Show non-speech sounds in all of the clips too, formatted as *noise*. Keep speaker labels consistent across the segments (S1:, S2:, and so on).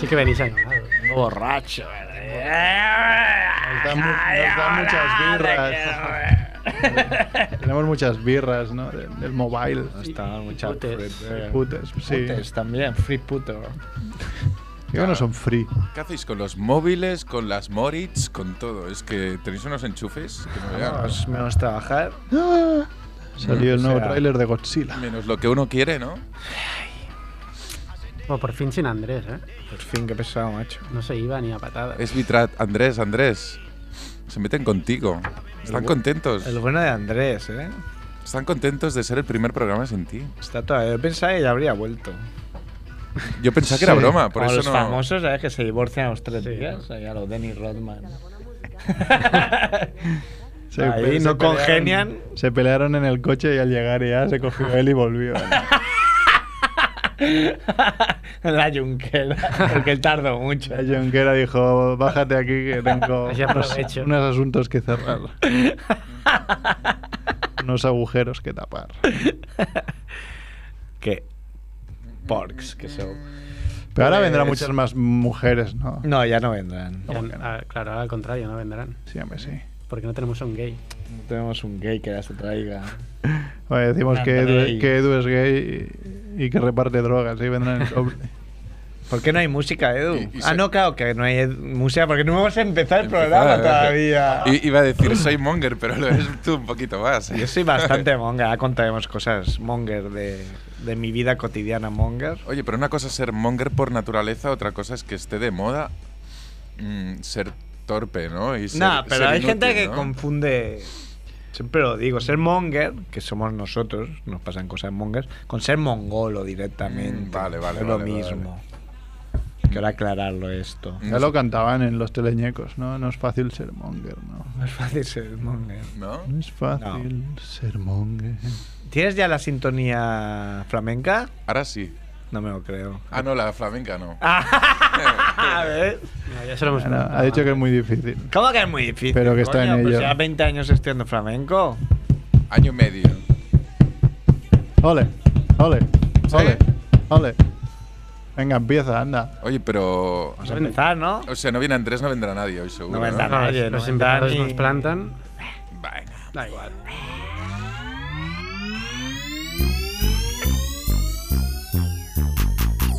S1: Sí que venís animados.
S2: Borracho.
S3: Nos dan, mu- nos dan muchas birras. Tenemos muchas birras, ¿no? De- del mobile.
S2: Están muchas
S1: Putes.
S2: free- eh,
S3: Putes, sí.
S2: putes también, free puto.
S3: Yo no son free.
S4: ¿Qué hacéis con los móviles, con las Moritz, con todo? Es que tenéis unos enchufes que no veas.
S2: Menos, menos trabajar.
S3: Ah, Salió el nuevo
S2: O sea,
S3: tráiler de
S2: Ah,
S3: Godzilla.
S4: Menos lo que uno quiere, ¿no?
S1: Bueno, por fin sin Andrés, ¿eh?
S2: Por fin, qué pesado, macho.
S1: No se iba ni a patadas.
S4: Es Vitrat, Andrés, Andrés. Se meten contigo. Están contentos.
S2: El bueno de Andrés, ¿eh?
S4: Están contentos de ser el primer programa sin ti.
S2: Está todavía. Yo pensaba que ya habría vuelto.
S4: Yo pensaba que era
S3: Sí,
S4: broma, por
S2: Como
S4: eso
S2: los
S4: no.
S2: famosos, ¿sabes? Que se divorcian a los tres
S1: Sí.
S2: días. Ahí a los Denny Rodman. *laughs*
S3: Se
S2: Ahí
S3: pe- se
S2: no
S3: pelearon-
S2: congenian.
S3: Se pelearon en el coche y al llegar ya se cogió él y
S2: *laughs*
S3: volvió.
S2: la yunquera. Porque él tardó mucho.
S3: La Junquera dijo, bájate aquí que
S2: *laughs*
S3: tengo
S1: Así
S3: unos,
S1: aprovecho.
S3: unos asuntos que cerrar. unos agujeros que tapar.
S2: Que. Porks, que son.
S3: Pero ahora
S2: Pues-
S3: vendrán muchas más mujeres, ¿no?
S2: No, ya no vendrán.
S1: Ya, ah, claro, ahora al contrario, no vendrán.
S3: Sí, hombre, sí.
S1: Porque no tenemos un gay.
S2: No tenemos un gay que las traiga.
S3: Oye, decimos que Edu,
S2: Andrei.
S3: que Edu es gay y, y que reparte drogas. Y vendrán el doble.
S2: ¿Por qué no hay música, Edu?
S4: Y- y
S2: ah,
S4: se-
S2: no, claro que no hay ed- música porque no hemos empezado el programa
S4: Empezar,
S2: todavía.
S4: I- iba a decir soy monger, pero lo eres tú un poquito más. ¿eh?
S2: Yo soy bastante monger, ahora contaremos cosas monger de, de mi vida cotidiana monger.
S4: Oye, pero una cosa es ser monger por naturaleza, otra cosa es que esté de moda mm, ser torpe, ¿no? Y ser-
S2: Nah, pero
S4: ser
S2: hay
S4: inútil,
S2: gente que
S4: ¿no?
S2: confunde. Siempre lo digo, ser monger, que somos nosotros, nos pasan cosas mongers, con ser mongolo directamente.
S4: Mm, vale, vale,
S2: Es
S4: vale,
S2: lo
S4: vale.
S2: mismo. Quiero aclararlo esto.
S3: Ya lo cantaban en los teleñecos, ¿no? No es fácil ser monger, ¿no?
S2: No es fácil ser monger.
S4: ¿No?
S3: No es fácil ser monger.
S2: ¿Tienes ya la sintonía flamenca?
S4: Ahora sí.
S2: No me lo creo.
S4: Ah, no, la flamenca no.
S2: A ver.
S1: Mira, ya se lo
S2: Pues
S1: hemos
S3: Bueno, ha dicho que es muy difícil.
S2: ¿Cómo que es muy difícil?
S3: Pero que está
S2: coño?
S3: en
S2: Pues
S3: ello.
S2: llevas 20 años estudiando flamenco.
S4: Año y medio.
S3: Ole, ole,
S4: ¿Sí?
S3: ole, ole. Venga, empieza, anda.
S4: Oye, pero.
S2: Vamos a empezar, ¿no?
S4: O sea, no viene Andrés, no vendrá nadie hoy, seguro.
S2: No vendrá.
S1: No,
S2: Oye,
S1: los-
S2: no
S1: los
S2: vendrá
S1: invitados
S2: ni-
S1: nos plantan.
S4: Venga.
S1: Da igual.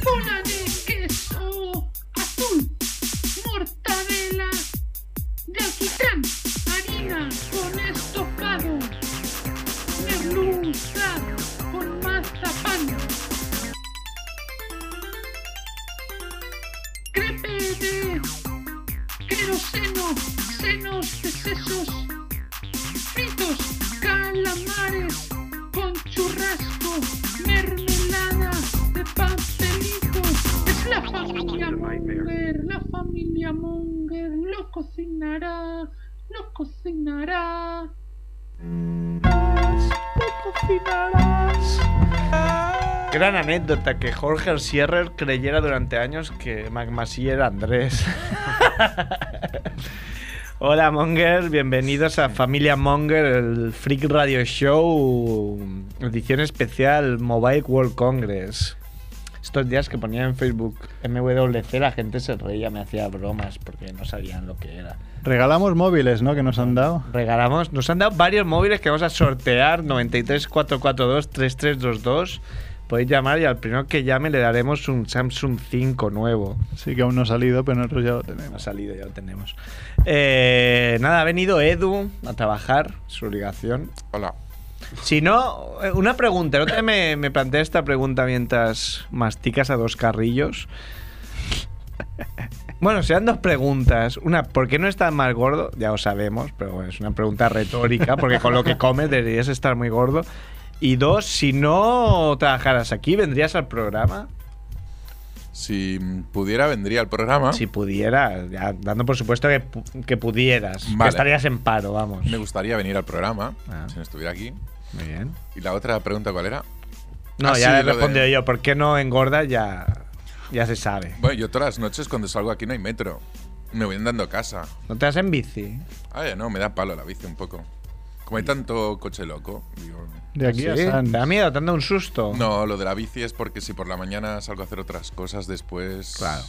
S5: bola de queso azul, mortadela de alquitrán, harina con estocados, merluza con mazapán, crepe de queroseno, senos de sesos, fritos, calamares con churrasco, mermelada de pastelito. Es la familia Munger, la familia Munger, lo cocinará, lo cocinará.
S2: Gran anécdota que Jorge Sierrer creyera durante años que Magmasí era Andrés. Hola Mongers, bienvenidos a Familia Monger, el Freak Radio Show, edición especial Mobile World Congress. Estos días que ponía en Facebook MWC la gente se reía, me hacía bromas porque no sabían lo que era.
S3: Regalamos móviles, ¿no? Que nos han dado.
S2: Regalamos, nos han dado varios móviles que vamos a sortear: 93 442 3322. Podéis llamar y al primero que llame le daremos un Samsung 5 nuevo.
S3: Sí, que aún no ha salido, pero nosotros ya lo
S2: Ha
S3: tenemos.
S2: salido, ya lo tenemos. Eh, nada, ha venido Edu a trabajar, su obligación.
S4: Hola.
S2: Si no, eh, una pregunta. El otro día me, me planteé esta pregunta mientras masticas a dos carrillos. Bueno, sean dos preguntas. Una, ¿por qué no estás más gordo? Ya lo sabemos, pero bueno, es una pregunta retórica, porque con lo que comes deberías estar muy gordo. Y dos, si no trabajaras aquí, ¿vendrías al programa?
S4: Si pudiera, vendría al programa.
S2: Si pudieras, ya dando por supuesto que, pu- que pudieras. Que
S4: Vale.
S2: estarías en paro, vamos.
S4: Me gustaría venir al programa,
S2: Ah.
S4: si no estuviera aquí.
S2: Muy bien.
S4: ¿Y la otra pregunta cuál era?
S2: No,
S4: Ah, sí,
S2: ya he
S4: lo de-
S2: respondido yo. ¿Por qué no engordas? Ya, ya se sabe.
S4: Bueno, yo todas las noches cuando salgo aquí no hay metro. Me voy andando a casa.
S2: ¿No te vas en bici?
S4: Ah, ya no, me da palo la bici un poco. Como Como hay tanto coche loco, digo.
S3: De aquí a
S2: Sí,
S3: Sans.
S2: ¿Te da miedo? ¿Te anda un susto?
S4: No, lo de la bici es porque si por la mañana salgo a hacer otras cosas, después.
S2: Claro.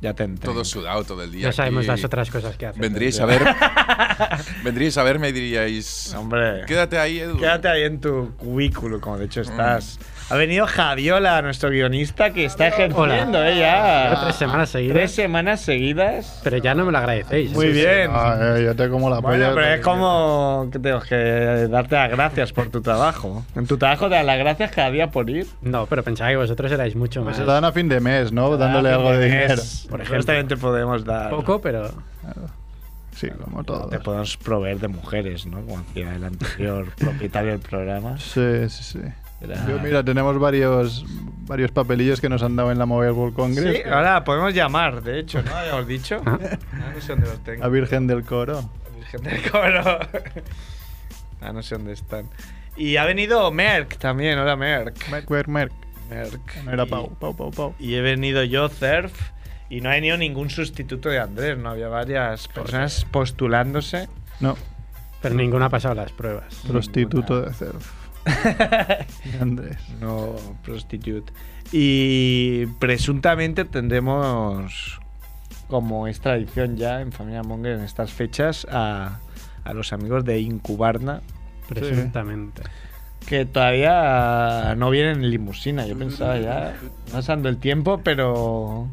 S2: Ya te entro.
S4: Todo sudado todo el día.
S1: Ya sabemos
S4: aquí.
S1: las otras cosas que hace.
S4: Vendríais a ver.
S2: *laughs*
S4: vendríais a verme y diríais. *laughs*
S2: Hombre.
S4: Quédate ahí, Edu.
S2: Quédate ahí en tu cubículo, como de hecho estás. Ha venido Javiola, nuestro guionista, que está ejerciendo,
S1: Hola.
S2: ¿eh? Ya.
S1: Llevo tres semanas seguidas.
S2: Tres semanas seguidas.
S1: Pero ya no me lo agradecéis.
S2: Muy bien.
S3: Ah, eh, yo te como la
S2: Bueno,
S3: polla.
S2: pero es como que tengo que darte las gracias por tu trabajo. En tu trabajo te das las gracias cada día por ir.
S1: No, pero pensaba que vosotros erais mucho
S3: Pues
S1: más.
S3: se lo dan a fin de mes, ¿no? Dándole algo de dinero.
S2: Ah, Por
S1: Por
S2: ejemplo,
S1: ejemplo.
S2: también te podemos dar.
S1: Poco, pero
S3: Sí, como todo.
S2: Te podemos proveer de mujeres, ¿no? Como hacía el
S3: *laughs*
S2: anterior propietario del programa.
S3: Sí, sí, sí.
S2: Era-
S3: Yo, mira, tenemos varios, varios papelillos que nos han dado en la Mobile World Congress.
S2: Sí, ahora podemos llamar, de hecho, ¿no? Habíamos dicho.
S1: Ah.
S2: Ah, no sé dónde los tengo.
S3: A Virgen del Coro.
S2: Virgen del Coro. ah, no sé dónde están. Y ha venido Merck también, hola Merck.
S3: Merc, merc, merc.
S2: Merck.
S3: No era
S2: Y-
S3: Pau, Pau, Pau, Pau.
S2: Y he venido yo, Cerf, y no ha venido ningún sustituto de Andrés, ¿no? Había varias personas postulándose.
S3: No,
S1: pero ninguno ha pasado las pruebas.
S3: prostituto de
S2: *laughs*
S3: surf. Andrés.
S2: no prostitute. Y presuntamente tendremos, como es tradición ya en Familia Monger en estas fechas, a, a los amigos de Incubarna,
S1: Presuntamente.
S2: que todavía no vienen en limusina. Yo pensaba ya, pasando el tiempo, pero...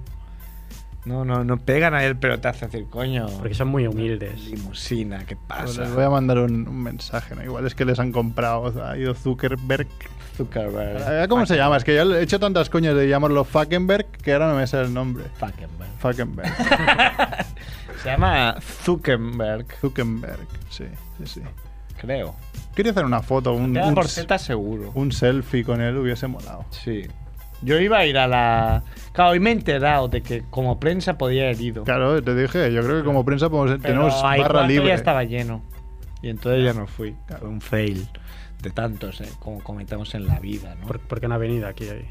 S2: No, no, no pegan ahí el pelotazo, es decir, coño.
S1: Porque son muy humildes.
S2: Limusina, ¿qué
S3: Pues
S2: pasa?
S3: les voy a mandar un, un mensaje, ¿no? Igual es que les han comprado. Ha ido Zuckerberg.
S2: Zuckerberg.
S3: Ah, ¿Cómo se llama? Es que yo le he hecho tantas coñas de llamarlo Fuckenberg que ahora no me sale el nombre.
S2: Zuckerberg.
S3: Fuckenberg.
S2: *laughs* Se llama Zuckerberg,
S3: Zuckerberg. Sí, sí, sí.
S2: creo.
S3: Quería hacer una foto, un,
S2: Queda
S3: un-
S2: por Z seguro.
S3: un selfie con él, hubiese molado.
S2: Sí. Yo iba a ir a la. Claro, hoy me he enterado de que como prensa podía ir herido.
S3: Claro, te dije, yo creo que como prensa podemos,
S2: Pero
S3: tenemos
S2: ahí
S3: barra
S2: cuando
S3: libre.
S2: ya estaba lleno. Y entonces ya no fui.
S3: Claro.
S2: Fue un fail de tantos, ¿eh? como comentamos en la vida, ¿no?
S1: ¿Por, por qué no ha venido aquí hoy?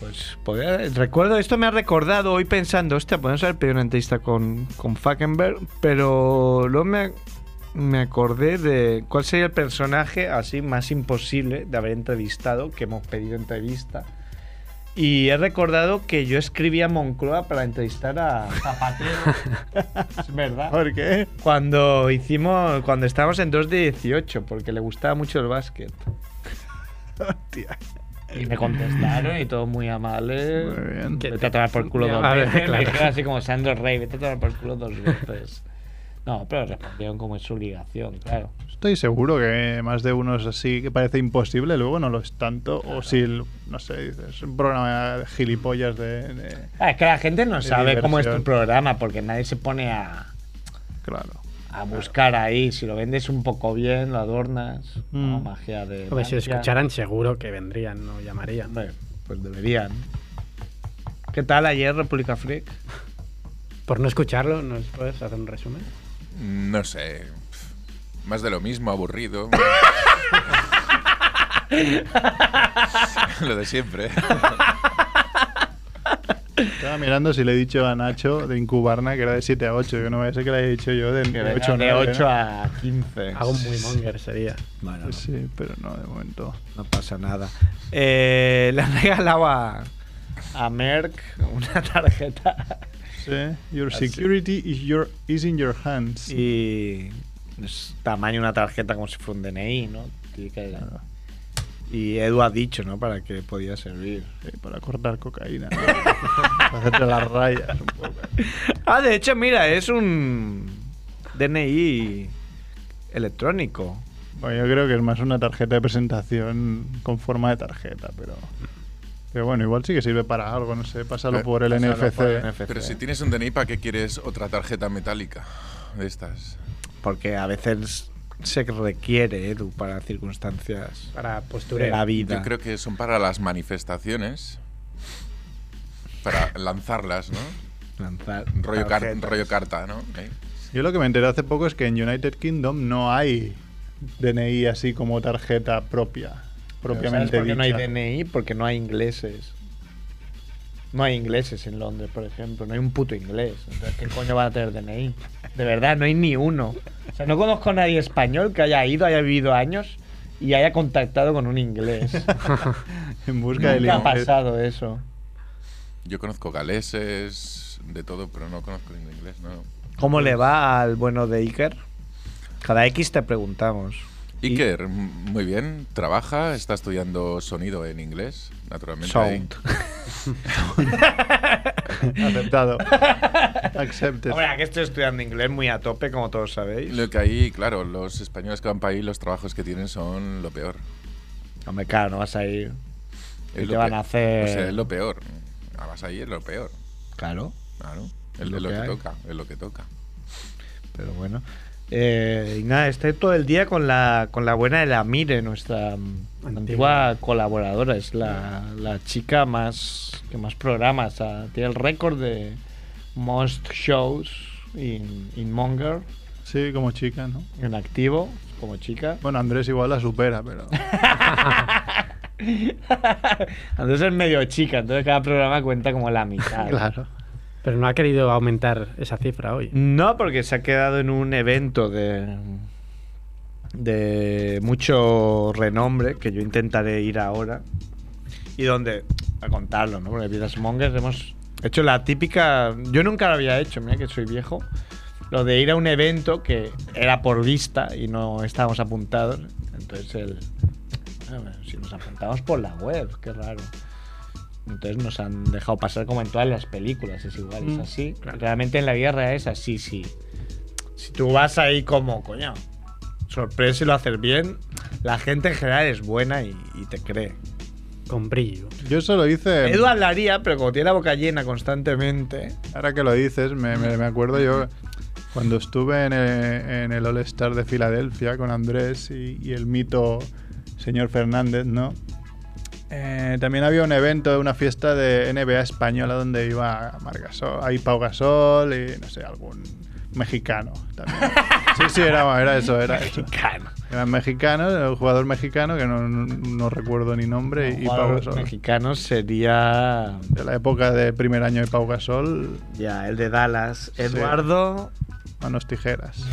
S2: Pues podía- recuerdo, esto me ha recordado hoy pensando, hostia, podemos haber pedido una entrevista con, con Fackenberg, pero luego me, me acordé de cuál sería el personaje así más imposible de haber entrevistado, que hemos pedido entrevista. Y he recordado que yo escribí a Moncloa para entrevistar a Zapatero. es verdad.
S3: ¿Por qué?
S2: Cuando hicimos, cuando estábamos en 2 de 18, porque le gustaba mucho el básquet.
S3: Hostia.
S2: Y me contestaron y todo muy amable.
S3: Muy bien.
S1: Que-
S2: Vete a tomar por culo
S1: Ya,
S2: dos
S1: a ver,
S2: veces. Me
S1: claro.
S2: dijeron así como Sandro Rey, vete a tomar por culo dos veces. No, pero respondieron como es su obligación, claro.
S3: Estoy seguro que más de uno es así, que parece imposible, luego no lo es tanto. O si, no sé, dices, un programa de gilipollas de. de-
S2: Ah, es que la gente no
S3: De
S2: sabe cómo es tu
S3: diversión.
S2: programa porque nadie se pone a,
S3: claro.
S2: a buscar ahí. Si lo vendes un poco bien, lo adornas. ¿no?
S3: Mm.
S2: Magia de.
S1: Hombre, si
S2: magia.
S1: escucharan seguro que vendrían, no llamarían.
S2: Hombre, pues deberían. ¿Qué tal ayer, República Freak?
S1: Por no escucharlo, ¿nos puedes hacer un resumen?
S4: No sé. pf, Más de lo mismo,
S2: *laughs*
S4: aburrido. lo de siempre.
S3: Estaba mirando si le he dicho a Nacho de Incubarna que era de 7 a 8. Yo no me sé que le he dicho yo de, de 8 a
S2: de
S3: 9.
S2: 8 a 15.
S1: Algo muy monger sería.
S2: Bueno,
S3: ¿no? Sí, pero no, de momento.
S2: No pasa nada. Eh, le han regalado a, a Merck una *laughs* tarjeta
S3: Sí, your
S2: Así.
S3: security is, your, is in your hands.
S2: y es tamaño una tarjeta como si fuera un DNI, ¿no? Típica de-
S3: Claro.
S2: Y Edu ha dicho, ¿no? Para que podía servir.
S3: Sí, para cortar cocaína. ¿no? *laughs* para hacerte las rayas un poco.
S2: Ah, de hecho, mira, es un DNI electrónico.
S3: Bueno, yo creo que es más una tarjeta de presentación con forma de tarjeta, pero. Pero bueno, igual sí que sirve para algo, no sé, pásalo
S4: Eh,
S3: por el
S2: pásalo
S3: NFC.
S2: por el NFC.
S4: Pero si tienes un DNI, ¿para qué quieres otra tarjeta metálica de estas?
S2: Porque a veces se requiere, Edu, para circunstancias
S1: Para
S2: de la
S1: postureo.
S2: vida.
S4: Yo creo que son para las manifestaciones. Para lanzarlas, ¿no?
S2: Lanzar
S4: Rollo, car-
S2: tarjetas.
S4: rollo carta, ¿no? ¿Eh?
S3: Yo lo que me enteré hace poco es que en United Kingdom no hay DNI así como tarjeta propia, propiamente
S2: ¿Sabes por qué no hay
S3: dicha.
S2: DNI? Porque no hay ingleses. No hay ingleses en Londres, por ejemplo. No hay un puto inglés. Entonces, ¿qué coño van a tener DNI? De verdad, no hay ni uno. O sea, no conozco a nadie español que haya ido, haya vivido años y haya contactado con
S3: *laughs*
S2: un inglés.
S3: En busca del
S2: Nunca ha
S3: inglés.
S2: pasado eso.
S4: Yo conozco galeses, de todo, pero no conozco ningún inglés, no.
S2: ¿Cómo le va al bueno de Iker? Cada X te preguntamos.
S4: Iker, m- muy bien, trabaja, está estudiando sonido en inglés, naturalmente. ahí.
S2: Sound.
S3: *laughs*
S2: *laughs*
S3: Aceptado. Accepted.
S2: Ahora que estoy estudiando inglés muy a tope, como todos sabéis.
S4: Lo que ahí, claro, los españoles que van para ahí, los trabajos que tienen son lo peor.
S2: No me cago, no vas a ir.
S4: Es
S2: Y
S4: lo
S2: te van
S4: pe-
S2: a hacer-
S4: O sea, es lo peor. Ah, Vas ahí, es lo peor.
S2: Claro.
S4: Claro. Es
S2: Es
S4: es
S2: lo
S4: lo,
S2: que
S4: que,
S2: hay.
S4: toca, es lo que toca.
S2: Pero bueno. Eh, y nada, estoy todo el día con la, con la buena de la Mire, nuestra mm,
S1: Antigua.
S2: antigua, colaboradora. Es la, la chica más que más programas. ha- tiene el récord de most shows in, in Monger
S3: Sí, como chica, ¿no?
S2: en activo, como chica.
S3: Bueno, Andrés igual la supera, pero.
S2: Entonces es medio chica, entonces cada programa cuenta como la mitad.
S3: Claro.
S1: Pero no ha querido aumentar esa cifra hoy.
S2: No, porque se ha quedado en un evento de de mucho renombre que yo intentaré ir ahora y donde a contarlo, ¿no? Porque Vidas Mongers hemos hecho la típica, yo nunca lo había hecho, mira que soy viejo, lo de ir a un evento que era por vista y no estábamos apuntados, entonces el Ah, bueno, si nos apuntamos por la web, qué raro. Entonces nos han dejado pasar como en todas las películas, es igual, es así. Realmente en la vida real es así, sí. Si tú vas ahí como, coño, sorpresa y lo haces bien, la gente en general es buena y, y te cree. Mm.
S1: Con brillo.
S3: Yo solo
S2: *laughs*
S3: hice.
S2: Edu hablaría, pero como tiene la boca llena constantemente,
S3: Ahora que lo dices, me, me- me acuerdo yo cuando estuve en el, en el All Star de Filadelfia con Andrés y, y el mito señor Fernández, ¿no? Eh, también había un evento, una fiesta de NBA española donde iba Marc Gasol, ahí Pau Gasol y no sé, algún mexicano también. Sí, sí, era, era eso, era eso.
S2: mexicano.
S3: Era mexicano, era un jugador mexicano que no, no- no recuerdo ni nombre y, y Pau
S2: Jugador
S3: Gasol.
S2: mexicano sería
S3: De la época de primer año de Pau Gasol,
S2: ya el de Dallas,
S3: Sí.
S2: Eduardo
S3: manos tijeras.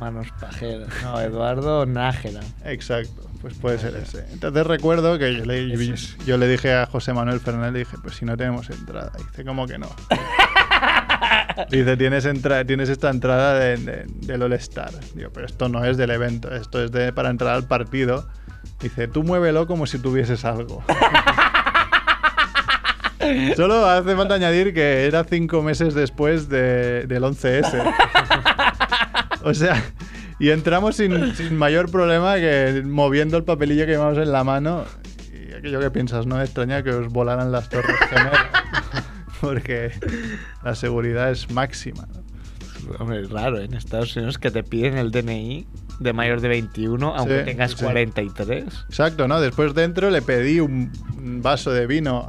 S2: Manos Pajeras. No, Eduardo Nájera.
S3: Exacto, pues puede ser ese. Entonces recuerdo que yo le, yo, yo le dije a José Manuel Fernández, le dije, pues si no tenemos entrada. Y dice, ¿cómo que no? Dice, tienes, entra tienes esta entrada de- de- del All-Star. Digo, pero esto no es del evento, esto es de, para entrar al partido. Dice, tú muévelo como si tuvieses algo. Solo hace falta añadir que era cinco meses después de- del 11S. O sea, y entramos sin, sin mayor problema que moviendo el papelillo que llevamos en la mano. Y aquello que piensas, no me extraña que os volaran las torres gemelas. *laughs* Porque la seguridad es máxima. ¿no?
S2: Hombre, es raro ¿eh? en Estados Unidos que te piden el DNI de mayor de 21, aunque
S3: Sí,
S2: tengas
S3: sí.
S2: 43.
S3: Exacto, ¿no? Después dentro le pedí un un vaso de vino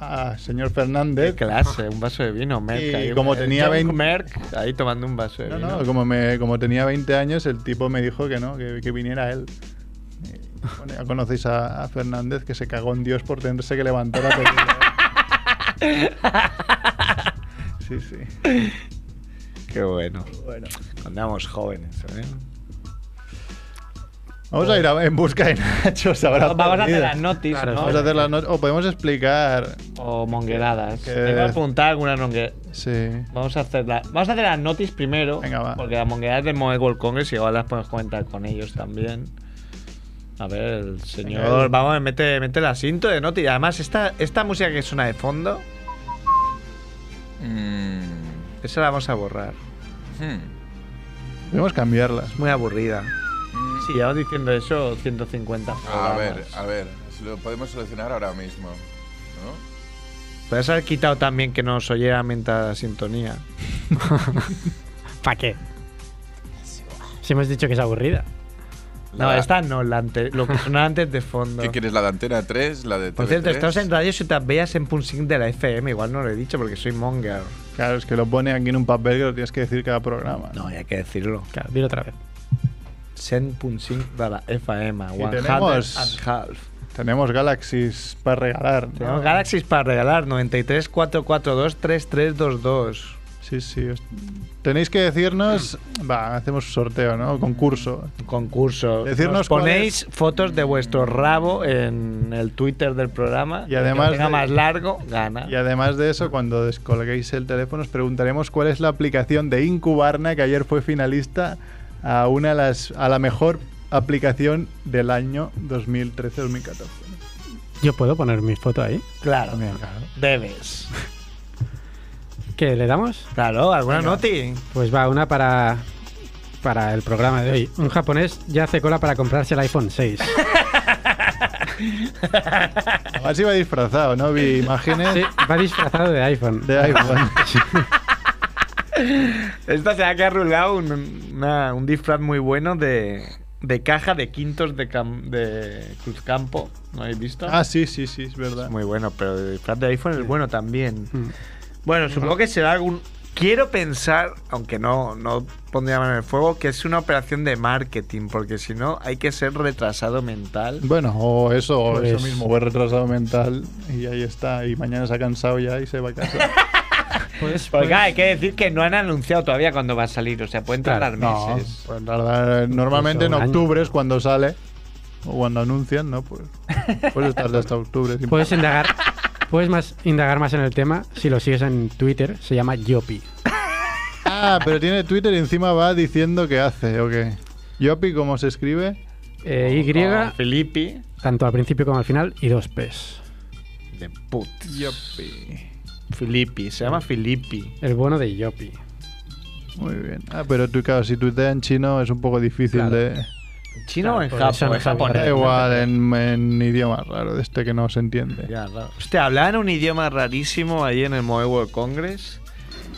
S3: a, a señor
S2: Qué
S3: Fernández.
S2: clase, un vaso de vino, Merck.
S3: Y
S2: ahí,
S3: como
S2: el
S3: tenía
S2: John
S3: 20
S2: Merck ahí tomando un vaso de
S3: No,
S2: vino.
S3: no, como, me, como tenía 20 años, el tipo me dijo que no, que, que viniera él. Y, bueno, ya conocéis a, a Fernández, que se cagó en Dios por tenerse que levantar a pedirle.
S2: *laughs*
S3: Sí, sí.
S2: Qué bueno.
S3: Bueno,
S2: Cuando éramos jóvenes, ¿eh?
S3: vamos a ir a- en busca de Nachos ahora.
S2: Vamos a hacer las notis,
S1: Claro,
S2: ¿no?
S3: Vamos a hacer las notas. O podemos explicar.
S2: O mongueradas.
S3: Que-
S2: Tengo que apuntar alguna monguera.
S3: Sí.
S2: Vamos a hacer la- vamos a hacer las notis primero.
S3: Venga, va.
S2: Porque las mongueras del Mobile World Congress igual las podemos comentar con ellos también. A ver, el señor.
S3: Venga, Edu.
S2: vamos, mete, mete la cinta de noti. Además, esta, esta música que suena de fondo,
S4: Mm,
S2: esa la vamos a borrar.
S4: hmm,
S3: Podemos cambiarlas.
S2: Es muy aburrida.
S4: mm.
S2: Sí, llevamos diciendo eso 150
S4: A
S2: programas.
S4: ver, a ver, si lo podemos solucionar ahora mismo, ¿no?
S2: Puedes haber quitado también que nos oyera mientras la sintonía.
S1: ¿Para qué? Si hemos dicho que es aburrida.
S2: No,
S4: La-
S2: esta no, la ante- lo que sonaba antes de fondo. *laughs*
S4: ¿Qué quieres, la de Antena 3, la de
S2: Por cierto,
S4: TV3?
S2: estamos en Radio Ciudad Bellas en Punsing de la FM. Igual no lo he dicho porque soy monger.
S3: Claro, es que lo pone aquí en un papel que lo tienes que decir cada programa.
S2: No, hay que decirlo.
S1: Claro, dilo otra vez.
S2: 100.5 de la FM.
S3: Y
S2: 100
S3: tenemos-
S2: and half.
S3: Tenemos Galaxies para regalar. ¿no?
S2: Tenemos Galaxies para regalar. 93 442 3322.
S3: Sí, sí. os- Tenéis que decirnos. Va, hacemos sorteo, ¿no? Concurso.
S2: Concurso.
S3: Decirnos
S2: Nos
S3: cuál
S2: ponéis fotos de vuestro rabo en el Twitter del programa.
S3: Y además
S2: El que lo tenga
S3: de-
S2: más largo, gana.
S3: Y además de eso, cuando descolguéis el teléfono, os preguntaremos cuál es la aplicación de Incubarna que ayer fue finalista a una de las a la mejor aplicación del año 2013-2014.
S1: Yo puedo poner mi foto ahí.
S2: Claro.
S3: También, claro.
S2: Debes.
S1: ¿Qué le damos?
S2: Claro, alguna noti.
S1: Pues va una para para el programa de hoy. Un japonés ya hace cola para comprarse el iPhone 6.
S3: Además iba disfrazado, ¿no? Vi imágenes
S1: Sí, va disfrazado de iPhone.
S3: de iPhone.
S2: Esta se ha que arrugado un, una- un disfraz muy bueno de, de caja de quintos de, cam- de Cruzcampo. ¿No habéis visto?
S3: Ah, sí, sí, sí, es verdad.
S2: Es muy bueno, pero el disfraz de iPhone es bueno también.
S1: Mm.
S2: Bueno, supongo que será algún. Quiero pensar, aunque no, no pondría mano en el fuego, que es una operación de marketing, porque si no hay que ser retrasado mental.
S3: Bueno, o eso, o
S1: Pues-
S3: eso mismo, o es retrasado mental y ahí está, y mañana se ha cansado ya y se va a casa.
S1: Pues,
S2: Porque claro, hay que decir que no han anunciado todavía cuándo va a salir, o sea, pueden tardar
S3: No,
S2: meses.
S3: pues tardar- normalmente en
S1: un año.
S3: octubre es cuando sale, o cuando anuncian, ¿no? Pues, puedes tardar hasta
S2: *laughs*
S3: octubre.
S2: Pues-
S3: sin-
S1: puedes indagar puedes más indagar más en el tema si lo sigues en Twitter, se llama Yopi.
S3: Ah, pero tiene Twitter y encima va diciendo qué hace, ¿o qué? Yopi, ¿cómo se escribe?
S1: Eh, y
S2: Con Filippi.
S1: tanto al principio como al final y dos P's.
S2: De put.
S3: Yopi.
S2: Filippi, se llama Filippi.
S1: El bueno de Yopi.
S3: Muy bien. Ah, pero tú, claro, si tuitea en chino es un poco difícil
S1: Claro.
S3: de...
S2: ¿En ¿Chino
S1: Claro,
S2: o en
S1: por
S2: japo-
S1: eso no
S2: en
S1: sabe
S2: japonés?
S3: Da
S1: Eh,
S3: igual, en, en idioma raro, de este que no se entiende.
S2: Ya, raro. Hostia, hablaban un idioma rarísimo ahí en el Mobile World Congress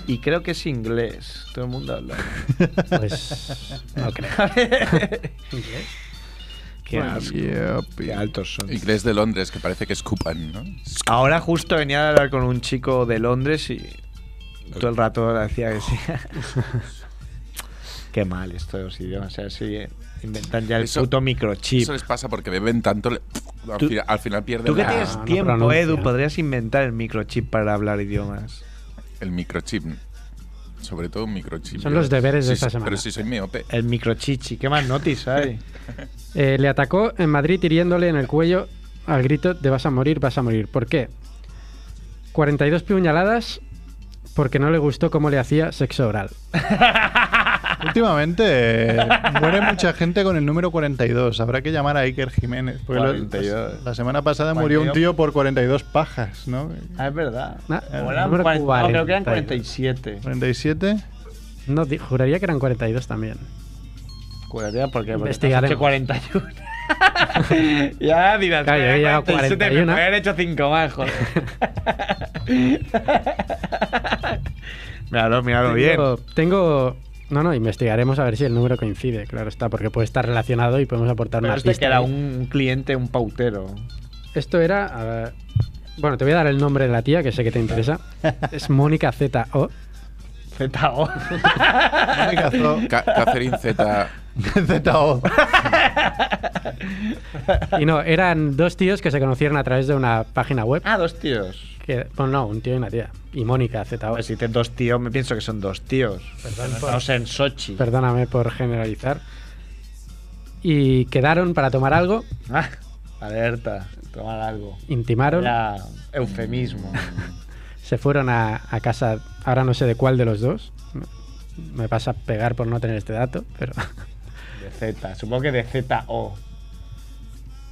S2: y creo que es inglés. Todo el mundo habla.
S1: Pues no creo.
S2: Qué asco.
S3: Yopi.
S2: altos son.
S4: Inglés de Londres, que parece que escupan, ¿no?
S2: Ahora justo venía a hablar con un chico de Londres y todo el rato le decía que sí. Qué mal esto de los idiomas. O sea, sí, eh, inventan ya el
S4: Eso-
S2: puto microchip.
S4: Eso les pasa porque beben tanto. le- al,
S2: Tú-
S4: fina- al final pierden
S2: Tú que
S4: la-
S2: tienes
S1: no
S2: tiempo,
S1: pronuncia.
S2: Edu, podrías inventar el microchip para hablar idiomas.
S4: el microchip. Sobre todo un microchip.
S1: Son los deberes de
S4: Sí,
S1: esta
S4: sí,
S1: semana.
S4: Pero si soy miope.
S1: *laughs*
S2: El microchichi. ¿Qué más notis hay?
S1: Eh, le atacó en Madrid hiriéndole en el cuello al grito te vas a morir, vas a morir. ¿Por qué? 42 puñaladas porque no le gustó cómo le hacía sexo oral.
S3: Últimamente eh, muere mucha gente con el número 42. Habrá que llamar a Iker Jiménez. porque lo-
S2: 42.
S3: La semana pasada murió un
S2: 42.
S3: tío por 42 pajas, ¿no?
S2: Ah, es verdad.
S1: Na-
S2: O eran
S1: número
S2: cuarenta- no, creo que eran
S1: 42.
S2: 47.
S3: 47.
S1: No, di- juraría que eran 42 también.
S2: Curaría porque porque
S1: Investigaremos.
S2: has pues hecho 41. *laughs* ya dirás,
S1: Claro, yo he llegado a
S2: 47,
S1: 41.
S2: me podrían hecho 5
S1: *laughs*
S2: más, joder. míralo, míralo bien.
S1: Tengo- Tengo... No, no, investigaremos a ver si el número coincide, claro está, porque puede estar relacionado y podemos aportar
S2: Pero
S1: una
S2: este
S1: pista
S2: que era
S1: ahí.
S2: un cliente, un pautero.
S1: Esto era... a ver, Bueno, te voy a dar el nombre de la tía, que sé que te
S2: *laughs*
S1: interesa. Es Mónica Z.O. *laughs*
S2: ZO.
S3: Mónica Zo-
S4: Ca- Catherine Z.
S3: ZO.
S1: Y no, eran dos tíos que se conocieron a través de una página web.
S2: ah, dos tíos.
S1: Que, bueno, no, un tío y una tía. Y Mónica Z.
S2: Pues si dices dos tíos, me pienso que son dos tíos.
S1: Perdón por-
S2: No sé, en Sochi.
S1: Perdóname por generalizar. Y quedaron para tomar algo,
S2: Ah, alerta, tomar algo.
S1: intimaron,
S2: Era eufemismo.
S1: se fueron a, a casa, ahora no sé de cuál de los dos. Me pasa a pegar por no tener este dato, pero... *laughs*
S2: De Z, supongo que de ZO.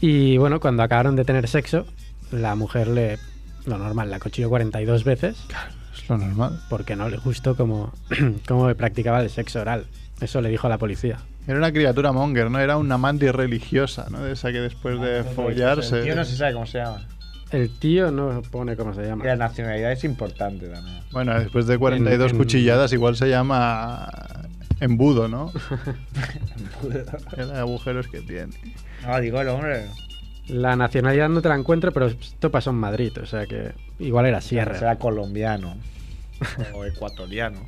S1: Y bueno, cuando acabaron de tener sexo, la mujer le... Lo normal, la cochilló 42 veces
S3: Es lo normal.
S1: porque no le gustó *clears throat* como, como practicaba el sexo oral. Eso le dijo a la policía.
S3: Era una criatura monger, ¿no? Era una mantis religiosa, ¿no? De esa que después de
S2: Ah,
S3: follarse.
S2: Yo no se sabe cómo se llama.
S1: El tío no pone cómo se llama.
S2: Y la nacionalidad es importante también.
S3: Bueno, después de 42
S1: En- en-
S3: cuchilladas, igual se llama embudo, ¿no? El agujeros que tiene.
S2: No, digo el hombre.
S1: La nacionalidad no te la encuentro, pero esto pasó en Madrid, o sea que igual era Sierra.
S2: Será colombiano. *laughs* o ecuatoriano.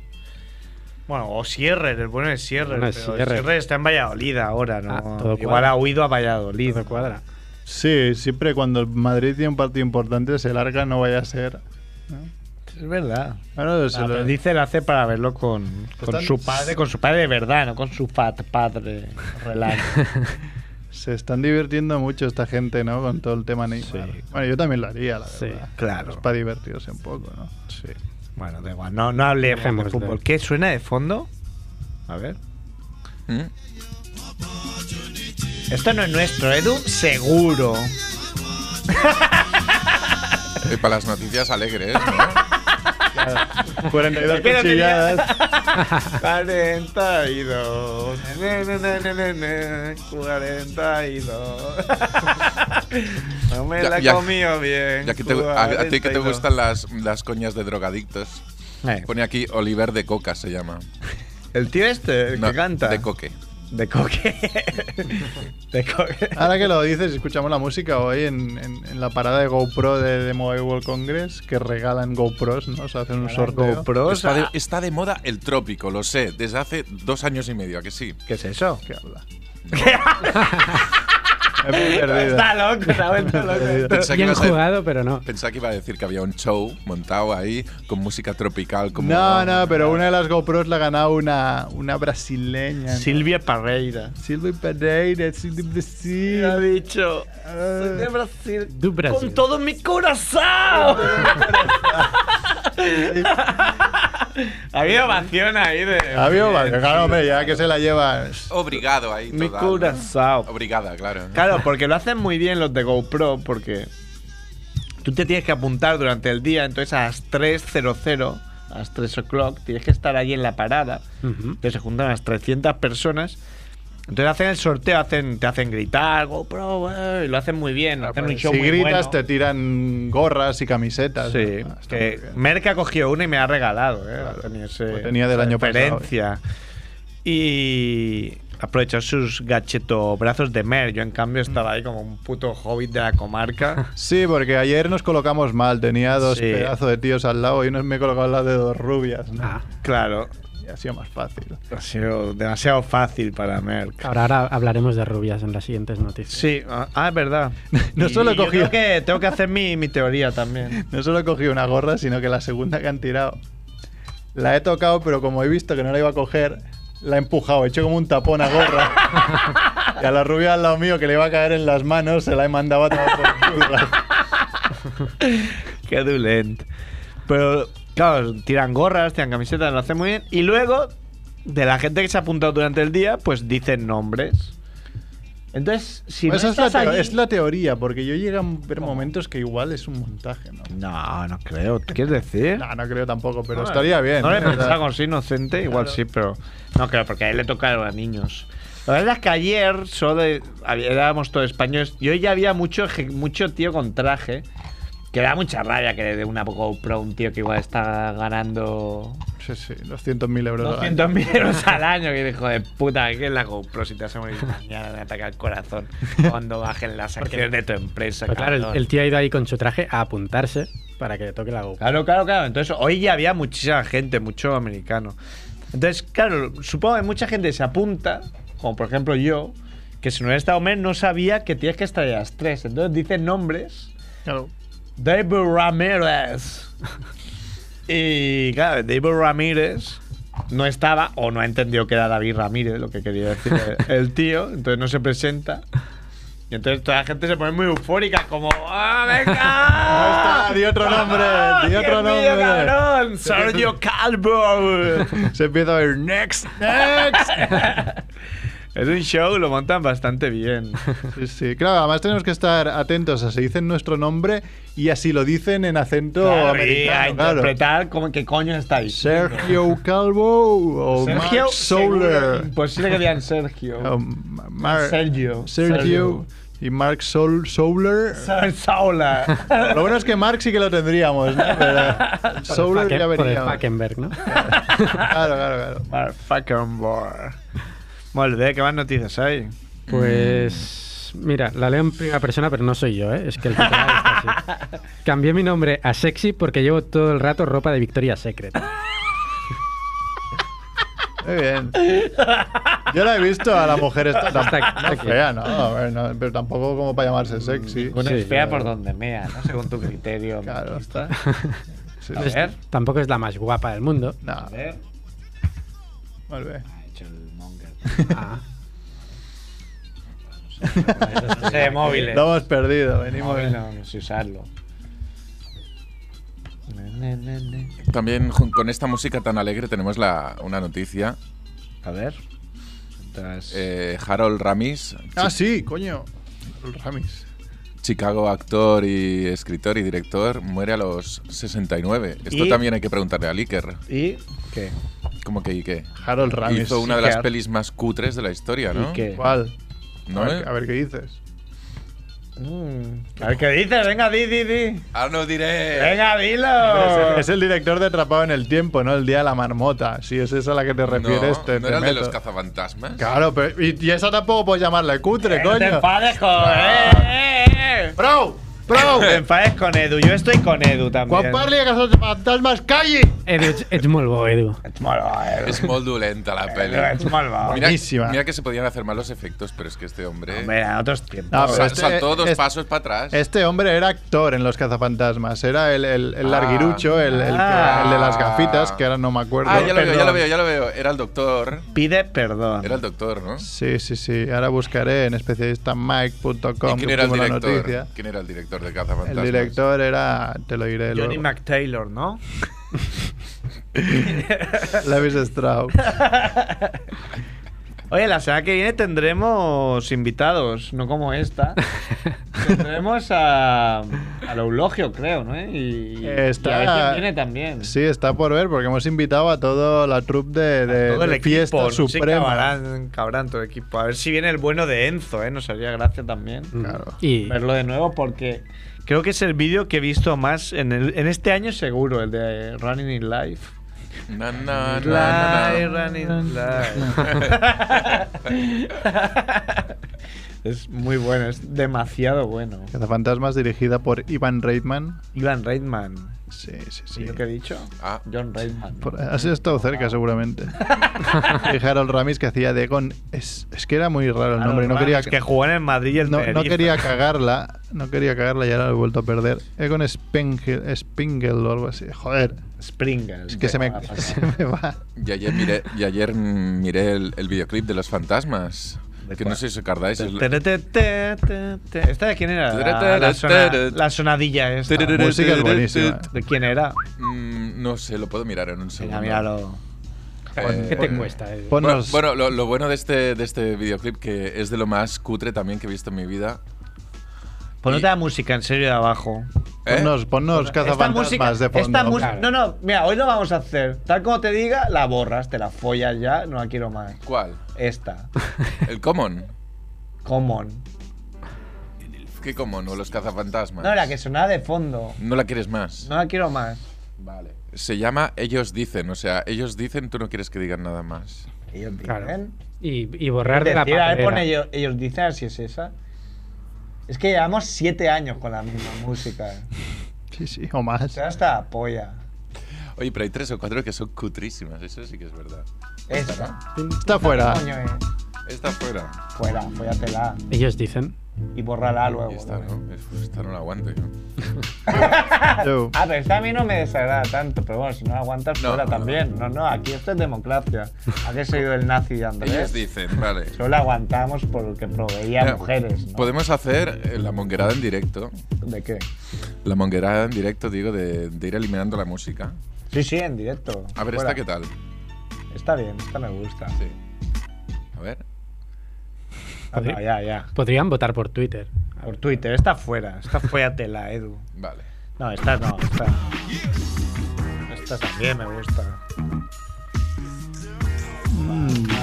S2: Bueno, o Sierrer, el bueno de Sierrer.
S1: Bueno, es
S2: pero
S1: Sierrer.
S2: Sierrer. está en Valladolid ahora, ¿no?
S1: Ah, todo
S2: Igual
S1: cuadra.
S2: ha huido a Valladolid.
S1: Todo cuadra.
S3: Sí, siempre cuando el Madrid tiene un partido importante se larga, no vaya a ser. ¿no?
S2: Es verdad.
S3: Bueno, se
S2: Ah,
S3: lo-
S2: pero Pues dice el hace para verlo con, con
S3: Están-
S2: su padre, con su padre de verdad, no con su fat *laughs* padre. Relax.
S3: se están divirtiendo mucho esta gente, ¿no? Con todo el tema Neymar.
S2: Sí.
S3: Bueno, yo también lo haría, la
S1: Sí,
S3: verdad.
S2: claro.
S3: Es para divertirse un poco, ¿no? *laughs*
S2: Sí. Bueno, da igual. No, no hablemos de
S1: Dejémosle.
S2: fútbol. ¿Qué suena de fondo? A ver.
S4: ¿Mm?
S2: Esto no es nuestro, Edu, seguro.
S4: Eh, para las noticias alegres, ¿no?
S2: *laughs*
S3: 42
S2: Espérate, *laughs*
S3: cuchilladas.
S2: 42. Ne, ne, ne, ne, ne, ne,
S4: *laughs*
S2: 42. No me
S4: Ya-
S2: la
S4: ya-
S2: he comido bien.
S4: Ya que te- a, a ti que te gustan las, las coñas de drogadictos.
S2: Eh,
S4: Pone aquí Oliver de Coca se llama.
S2: El tío este, el
S4: No,
S2: que canta.
S4: De Coque.
S2: De coque. *laughs* de coque.
S3: Ahora que lo dices, escuchamos la música hoy en, en- en la parada de GoPro de, de Mobile World Congress, que regalan GoPros, ¿no? Se hacen un sorteo.
S2: GoPros.
S4: está, de,
S2: ah,
S4: está de moda el trópico, lo sé, desde hace dos años y medio, ¿a que sí?
S2: ¿Qué es eso?
S3: *laughs* ¿Qué habla? Me he perdido.
S2: Está loco, se ha vuelto loco esto.
S4: Pensé que,
S1: Bien
S4: ibas a-
S1: jugado, pero no.
S4: pensé que iba a decir que había un show montado ahí con música tropical. Como,
S3: No, no, pero una de las GoPros la ha ganado una, una brasileña. ¿no?
S2: Silvia Parreira.
S3: Silvia Pereira, Silvia Brasil.
S2: ha dicho.
S3: Ah.
S2: Soy de Brasil.
S1: Do Brasil.
S2: Con todo mi corazón. Había ovación ahí de.
S3: Había ovación, Ah, claro, hombre, ya que se la lleva.
S4: Obrigado ahí.
S2: Mi
S4: total, ¿no?
S2: corazón.
S4: Obrigada, claro.
S2: Claro, porque lo hacen muy bien los de GoPro, porque tú te tienes que apuntar durante el día, entonces a las 3.00, a las 3 o'clock, tienes que estar ahí en la parada.
S1: Ujú.
S2: Entonces se juntan las 300 personas. Entonces hacen el sorteo, hacen, te hacen gritar, GoPro, eh, y lo hacen muy bien. hacen un
S3: Ah,
S2: show
S3: pues, si
S2: muy
S3: gritas,
S2: bueno.
S3: te tiran gorras y camisetas.
S2: Sí,
S3: Ah, está
S2: que
S3: muy bien.
S2: Merck ha cogido una y me ha regalado. ¿eh? Tenía, ese-
S3: Lo tenía del
S2: esa
S3: año pasado,
S2: referencia. Y aprovechó sus gachetobrazos de Merck. Yo, en cambio, estaba ahí como un puto hobbit de la *laughs* comarca.
S3: Sí, porque ayer nos colocamos mal. Tenía dos
S2: Sí.
S3: pedazos de tíos al lado y uno me he colocado al lado de dos rubias. ¿no?
S1: Ah,
S2: Claro,
S3: Y ha sido más fácil.
S2: ha sido demasiado fácil para Merck.
S1: ahora, ahora hablaremos de rubias en las siguientes noticias.
S2: Sí, ah, ah, es *laughs* verdad.
S3: No
S2: Y
S3: solo he
S2: yo
S3: cogido-
S2: Creo que tengo que hacer mi, mi teoría también.
S3: No solo he cogido una gorra, sino que la segunda que han tirado la he tocado, pero como he visto que no la iba a coger, la he empujado. He hecho como un tapón a gorra. *laughs* y a la rubia al lado mío que le iba a caer en las manos, se la he mandado a tomar por culo.
S2: Qué dulent. Pero, claro, tiran gorras, tiran camisetas, lo hacen muy bien. Y luego, de la gente que se ha apuntado durante el día, pues dicen nombres. Entonces, si
S3: Pues Esa
S2: no
S3: es la,
S2: estás
S3: teo-
S2: allí-
S3: es la teoría, porque yo llegué a ver momentos que igual es un montaje, ¿no?
S2: ¿Eh? No, no creo. ¿Qué quieres decir?
S3: No, no creo tampoco, pero
S2: No,
S3: estaría bien.
S2: Ah, No le
S3: ¿eh? O sea,
S2: pensaba con ser inocente, igual sí, pero no creo, porque a él le tocaron a niños. La verdad es que ayer solo de- hab- éramos todos españoles. Yo ya había mucho, je- mucho tío con traje. Que da mucha rabia que le dé una GoPro a un tío que igual está ganando
S3: Sí, sí, 200.000 euros. al año.
S2: 200.000 euros al año. Que hijo de puta, ¿qué es la GoPro? Si te hace morir mañana, te ataca el corazón cuando bajen las acciones de tu empresa.
S1: Pero claro, el,
S2: cabrón.
S1: el tío ha ido ahí con su traje a apuntarse para que le toque la GoPro.
S2: Claro, claro, claro. Entonces, hoy ya había muchísima gente, mucho americano. Entonces, claro, supongo que mucha gente se apunta, como por ejemplo yo, que si no hubiera estado menos no sabía que tienes que estar a las 3. Entonces dicen nombres.
S3: Claro.
S2: David Ramírez. Y claro, David Ramírez no estaba o no ha entendido que era David Ramírez, lo que quería decir el- el tío, entonces no se presenta. Y entonces toda la gente se pone muy eufórica, como ¡Ah,
S3: *laughs* Ahí
S2: venga!
S3: está, di otro nombre,
S2: ¡Ah,
S3: di
S2: Dios
S3: otro
S2: mío,
S3: nombre. *laughs*
S2: cabrón! ¡Sergio Calvo!
S3: Se empieza a ver next,
S2: *laughs*
S3: next.
S2: es un show, lo montan
S3: *laughs*
S2: bastante bien.
S3: Sí, sí, claro, además tenemos que estar atentos a si dicen nuestro nombre y así lo dicen en acento
S2: Claro, y a
S3: americano. claro.
S2: interpretar como que coño estáis.
S3: Sergio Calvo o
S2: Sergio
S3: Mark
S2: seguro,
S3: Soler.
S2: Imposible que digan Sergio.
S3: O Ma- Mar-
S2: Sergio.
S3: Sergio y Mark Sol Soler.
S2: Ser Saula.
S3: Lo bueno es que Mark sí que lo tendríamos, ¿no? Pero
S1: *laughs* Por el
S3: Soler
S1: Faken-
S3: ya
S1: por el
S3: vería.
S1: Pues Fakenberg, ¿no?
S3: Claro, claro, claro.
S2: Motherfucking boy. Molt bé, ¿qué más noticias hay?
S1: Pues
S2: Mm.
S1: mira, la leo en primera persona, pero no soy yo, ¿eh? Es que el titular está
S2: *laughs*
S1: así. Cambié mi nombre a Sexy porque llevo todo el rato ropa de Victoria's Secret.
S3: Muy bien. Yo la he visto a la mujer esta
S1: Está aquí, está
S3: tan
S1: aquí.
S3: fea, ¿no? A ver, no, Pero tampoco como para llamarse sexy.
S2: Bueno,
S1: Sí,
S2: es fea
S1: claro. *laughs*
S2: por donde mea, ¿no? Según tu criterio.
S3: Claro.
S2: machista.
S3: Sí,
S2: A
S3: sí.
S1: Es-
S2: ver.
S1: Tampoco es la más guapa del mundo.
S3: No,
S2: A ver.
S3: molt bé.
S2: Ha hecho el monger.
S1: Ah,
S2: No sé, de móviles.
S3: Lo hemos perdido, venimos.
S2: Móvil no, no sé usarlo. Ne, ne, ne, ne.
S4: También jun- con esta música tan alegre tenemos la, una noticia.
S2: A ver. Mientras-
S4: Eh, Harold Ramis,
S3: Ah, sí, coño. Ramis.
S4: Chicago actor y escritor y director, muere a los 69. Esto
S2: Y-
S4: también hay que preguntarle a Iker.
S2: ¿Y qué?
S4: ¿Cómo que y qué?
S3: Harold Ramis.
S4: Hizo una de las
S2: Iker.
S4: pelis más cutres de la historia, ¿no?
S2: ¿Y qué?
S3: ¿Cuál?
S4: ¿No?
S3: a, ver, a ver qué dices.
S2: Mm, A ver qué dices, venga, di, di,
S3: Eh.
S2: di.
S4: Ah, no diré.
S2: Venga, dilo.
S3: Es el director de Atrapado en el Tiempo, ¿no? El Día de la Marmota. Si es esa a la que te refieres,
S4: no,
S3: te,
S4: ¿no
S3: te
S4: era el de
S3: meto.
S4: los cazafantasmas?
S3: Claro, pero. Y, y esa tampoco puedes llamarle cutre,
S2: Eh, No te
S3: coño.
S2: enfades con.
S4: Ah.
S2: eh, eh, eh.
S3: ¡Bro!
S2: No
S4: *laughs*
S3: ¡Bro!
S2: te enfades con Edu. Yo estoy con Edu también.
S3: Juan Parli, que son fantasmas, calle.
S1: Edu, es, es muy bo, Edu.
S2: Es malvado, Edu.
S4: Es muy lenta
S3: Eh,
S4: la peli.
S2: Es malvado.
S4: Mira,
S3: Buenísima.
S4: mira que se podían hacer malos efectos, pero es que este hombre,
S2: Hombre, a otros tiempos.
S3: No, pero
S4: sal-
S3: este-
S4: saltó dos
S3: este-
S4: pasos para atrás.
S3: Este hombre era actor en Los Cazafantasmas. Era el, el, el
S4: Ah.
S3: larguirucho, el, el que-
S2: Ah.
S3: el de las gafitas, que ahora no me acuerdo.
S4: ah, ya lo veo, ya
S3: Perdón.
S4: lo veo, ya lo veo. Era el doctor.
S2: Pide perdón.
S4: Era el doctor, ¿no?
S3: Sí, sí, sí. Ahora buscaré en especialistamike.com.
S4: ¿Y quién era el
S3: pusimos la
S4: director?
S3: noticia.
S4: ¿Quién era el director de Cazafantasmas?
S3: El director era. Te lo diré.
S2: Johnny
S3: luego. *laughs*
S2: McTaylor, ¿no?
S3: Levis
S2: *laughs*
S3: Strauss.
S2: Oye, la semana que viene tendremos invitados, no como este, esta. tendremos a, al Eulogio, creo, ¿no? Y, y
S3: Está-
S2: a ver quién viene también.
S3: Sí, está por ver, porque hemos invitado a toda la troupe de, de-
S2: Todo el
S3: de
S2: equipo,
S3: Fiesta
S2: no sé,
S3: Suprema.
S2: cabrán, cabrán todo el equipo. A ver si viene el bueno de Enzo, ¿eh? Nos haría gracia también
S3: Claro.
S1: Y
S2: verlo de nuevo porque creo que es el vídeo que he visto más en, el- en este año seguro, el de Running in Life.
S4: Na, na, na, na,
S2: Life,
S4: na.
S2: running life. *laughs* es muy bueno, es demasiado bueno.
S3: Cazafantasmas dirigida por Ivan Reitman.
S2: Ivan Reitman.
S3: Sí, sí,
S2: ¿Sí
S3: sí.
S2: lo que he dicho?
S4: Ah,
S2: John Reitman.
S3: Por- has estado cerca,
S2: *laughs*
S3: seguramente. y Harold Ramis que hacía de Egon. Es, es que era muy raro el
S2: Claro,
S3: nombre. y No
S2: Ramos,
S3: quería,
S2: que jugó en el Madrid y el
S3: no, no
S2: Tenerife.
S3: quería cagarla. No quería cagarla y ahora lo he vuelto a perder. Egon Spengel, Spengel o algo así. Joder,
S2: Springer.
S3: es que se me, *laughs* se me va.
S4: y ayer miré, y ayer mm, miré el, el videoclip de los fantasmas.
S2: ¿De
S4: Que
S2: cuál?
S4: no sé si os acordáis. es-
S2: ¿Esta de quién era? La, la sona- la sonadilla esta.
S4: Turururu,
S3: música es buenísima.
S4: turururu.
S2: ¿De quién era?
S4: Mm, No sé, lo puedo mirar en un segundo.
S2: Venga, míralo.
S1: ¿qué te
S4: Eh,
S1: cuesta, Edu?
S4: Bueno,
S3: Ponnos.
S4: bueno, lo, lo bueno de este, de este videoclip, que es de lo más cutre también que he visto en mi vida.
S2: Ponete
S4: Y-
S2: la música en serio de abajo.
S4: ¿Eh?
S3: Ponnos, ponnos cazafantasmas de fondo.
S2: esta mus-
S1: Claro.
S2: No, no, mira, hoy lo vamos a hacer. Tal como te diga, la borras, te la follas ya, no la quiero más.
S4: ¿Cuál?
S2: Esta.
S4: *laughs* ¿El Common?
S2: Common.
S4: ¿Qué Common? ¿O los cazafantasmas?
S2: No, la que sonaba de fondo.
S4: No la quieres más.
S2: No la quiero más.
S4: Vale. Se llama Ellos dicen, o sea, ellos dicen, tú no quieres que digan nada más.
S2: Ellos dicen.
S1: Claro. Y, y borrar de la
S2: Decir, a ver, eh, pone
S1: papelera.
S2: ellos, ellos dicen, a ver si es esa. Es que llevamos siete años con la misma música.
S3: Sí, sí, o
S2: O
S3: más.
S2: sea, hasta la polla.
S4: Oye, pero hay tres o cuatro que son cutrísimas, eso sí que es verdad.
S2: Esta.
S3: Está fuera.
S2: Coño, eh.
S4: Esta fuera.
S2: Fuera, follatela.
S1: Ellos dicen.
S2: Y borrala luego.
S4: Y esta, ¿no? Es- Esta no la aguante. ¿no?
S3: Yo-
S2: Ah, pero esta a mí no me desagrada tanto, pero bueno, si no la aguantas
S4: No,
S2: fuera
S4: no,
S2: también. No, no, aquí esto es democracia. Aquí soy yo el nazi de
S4: Ellos
S2: Andrés.
S4: dicen, vale.
S2: Solo la aguantamos por el que proveía
S4: Mira,
S2: mujeres, ¿no?
S4: Podemos hacer eh, la monguerada en directo.
S2: ¿De qué?
S4: La monguerada en directo, digo, de, de ir eliminando la música.
S2: Sí, sí, en directo.
S4: A ver,
S2: Fuera.
S4: ¿esta qué tal?
S2: Está bien, esta me gusta.
S4: Sí. A ver.
S2: Ah, no, ya, ya.
S1: Podrían votar por Twitter.
S2: Por Twitter, esta fuera. Esta follatela, Edu.
S4: Vale.
S2: No, esta no, esta. Esta también me gusta.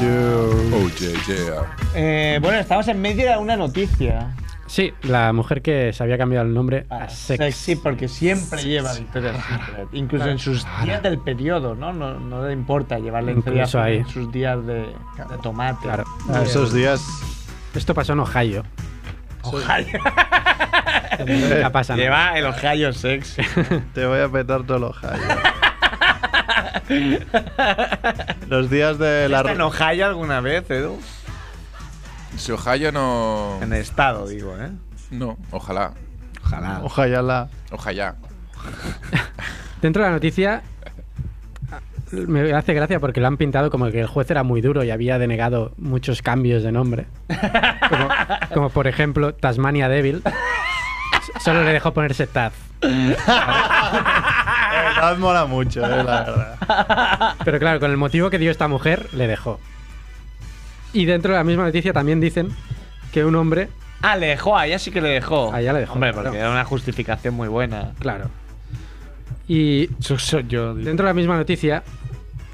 S3: yo-
S4: Oh, yeah, yeah.
S2: Eh, bueno, estamos en medio de una noticia.
S1: Sí, la mujer que se había cambiado el nombre
S2: Ah,
S1: a Sex.
S2: Sexy, porque siempre lleva Victoria's Secret. Incluso en sus días del periodo, ¿no? No, no le importa llevarle Victoria's
S1: Incluso
S2: Secret
S1: ahí.
S2: en sus días de, de tomate.
S1: Claro.
S3: Ah, esos días.
S1: Esto pasó en Ohio. *laughs*
S2: Ohio.
S1: Nunca pasa nada.
S2: Lleva el Ohio sexy.
S3: Te voy a petar todo el Ohio. Los días de la.
S2: ¿Está en Ohio alguna vez, Edu?
S4: Si Ohio no.
S2: En estado, digo, ¿eh?
S4: No, ojalá.
S2: *laughs* Ojalá.
S3: Ojalá.
S4: Ojalá.
S1: Dentro de la noticia me hace gracia porque lo han pintado como que el juez era muy duro y había denegado muchos cambios de nombre. Como, como por ejemplo Tasmania Devil. S- Solo le dejó ponerse Taz.
S3: De verdad mola mucho, eh, la verdad.
S1: Pero claro, con el motivo que dio esta mujer, le dejó. Y dentro de la misma noticia también dicen que un hombre
S2: *laughs* Ah, le dejó, a ella sí que le dejó.
S1: A ella le dejó,
S2: Hombre, porque
S1: claro.
S2: era una justificación muy buena.
S1: Claro. Y
S2: Eso soy yo. digo.
S1: dentro de la misma noticia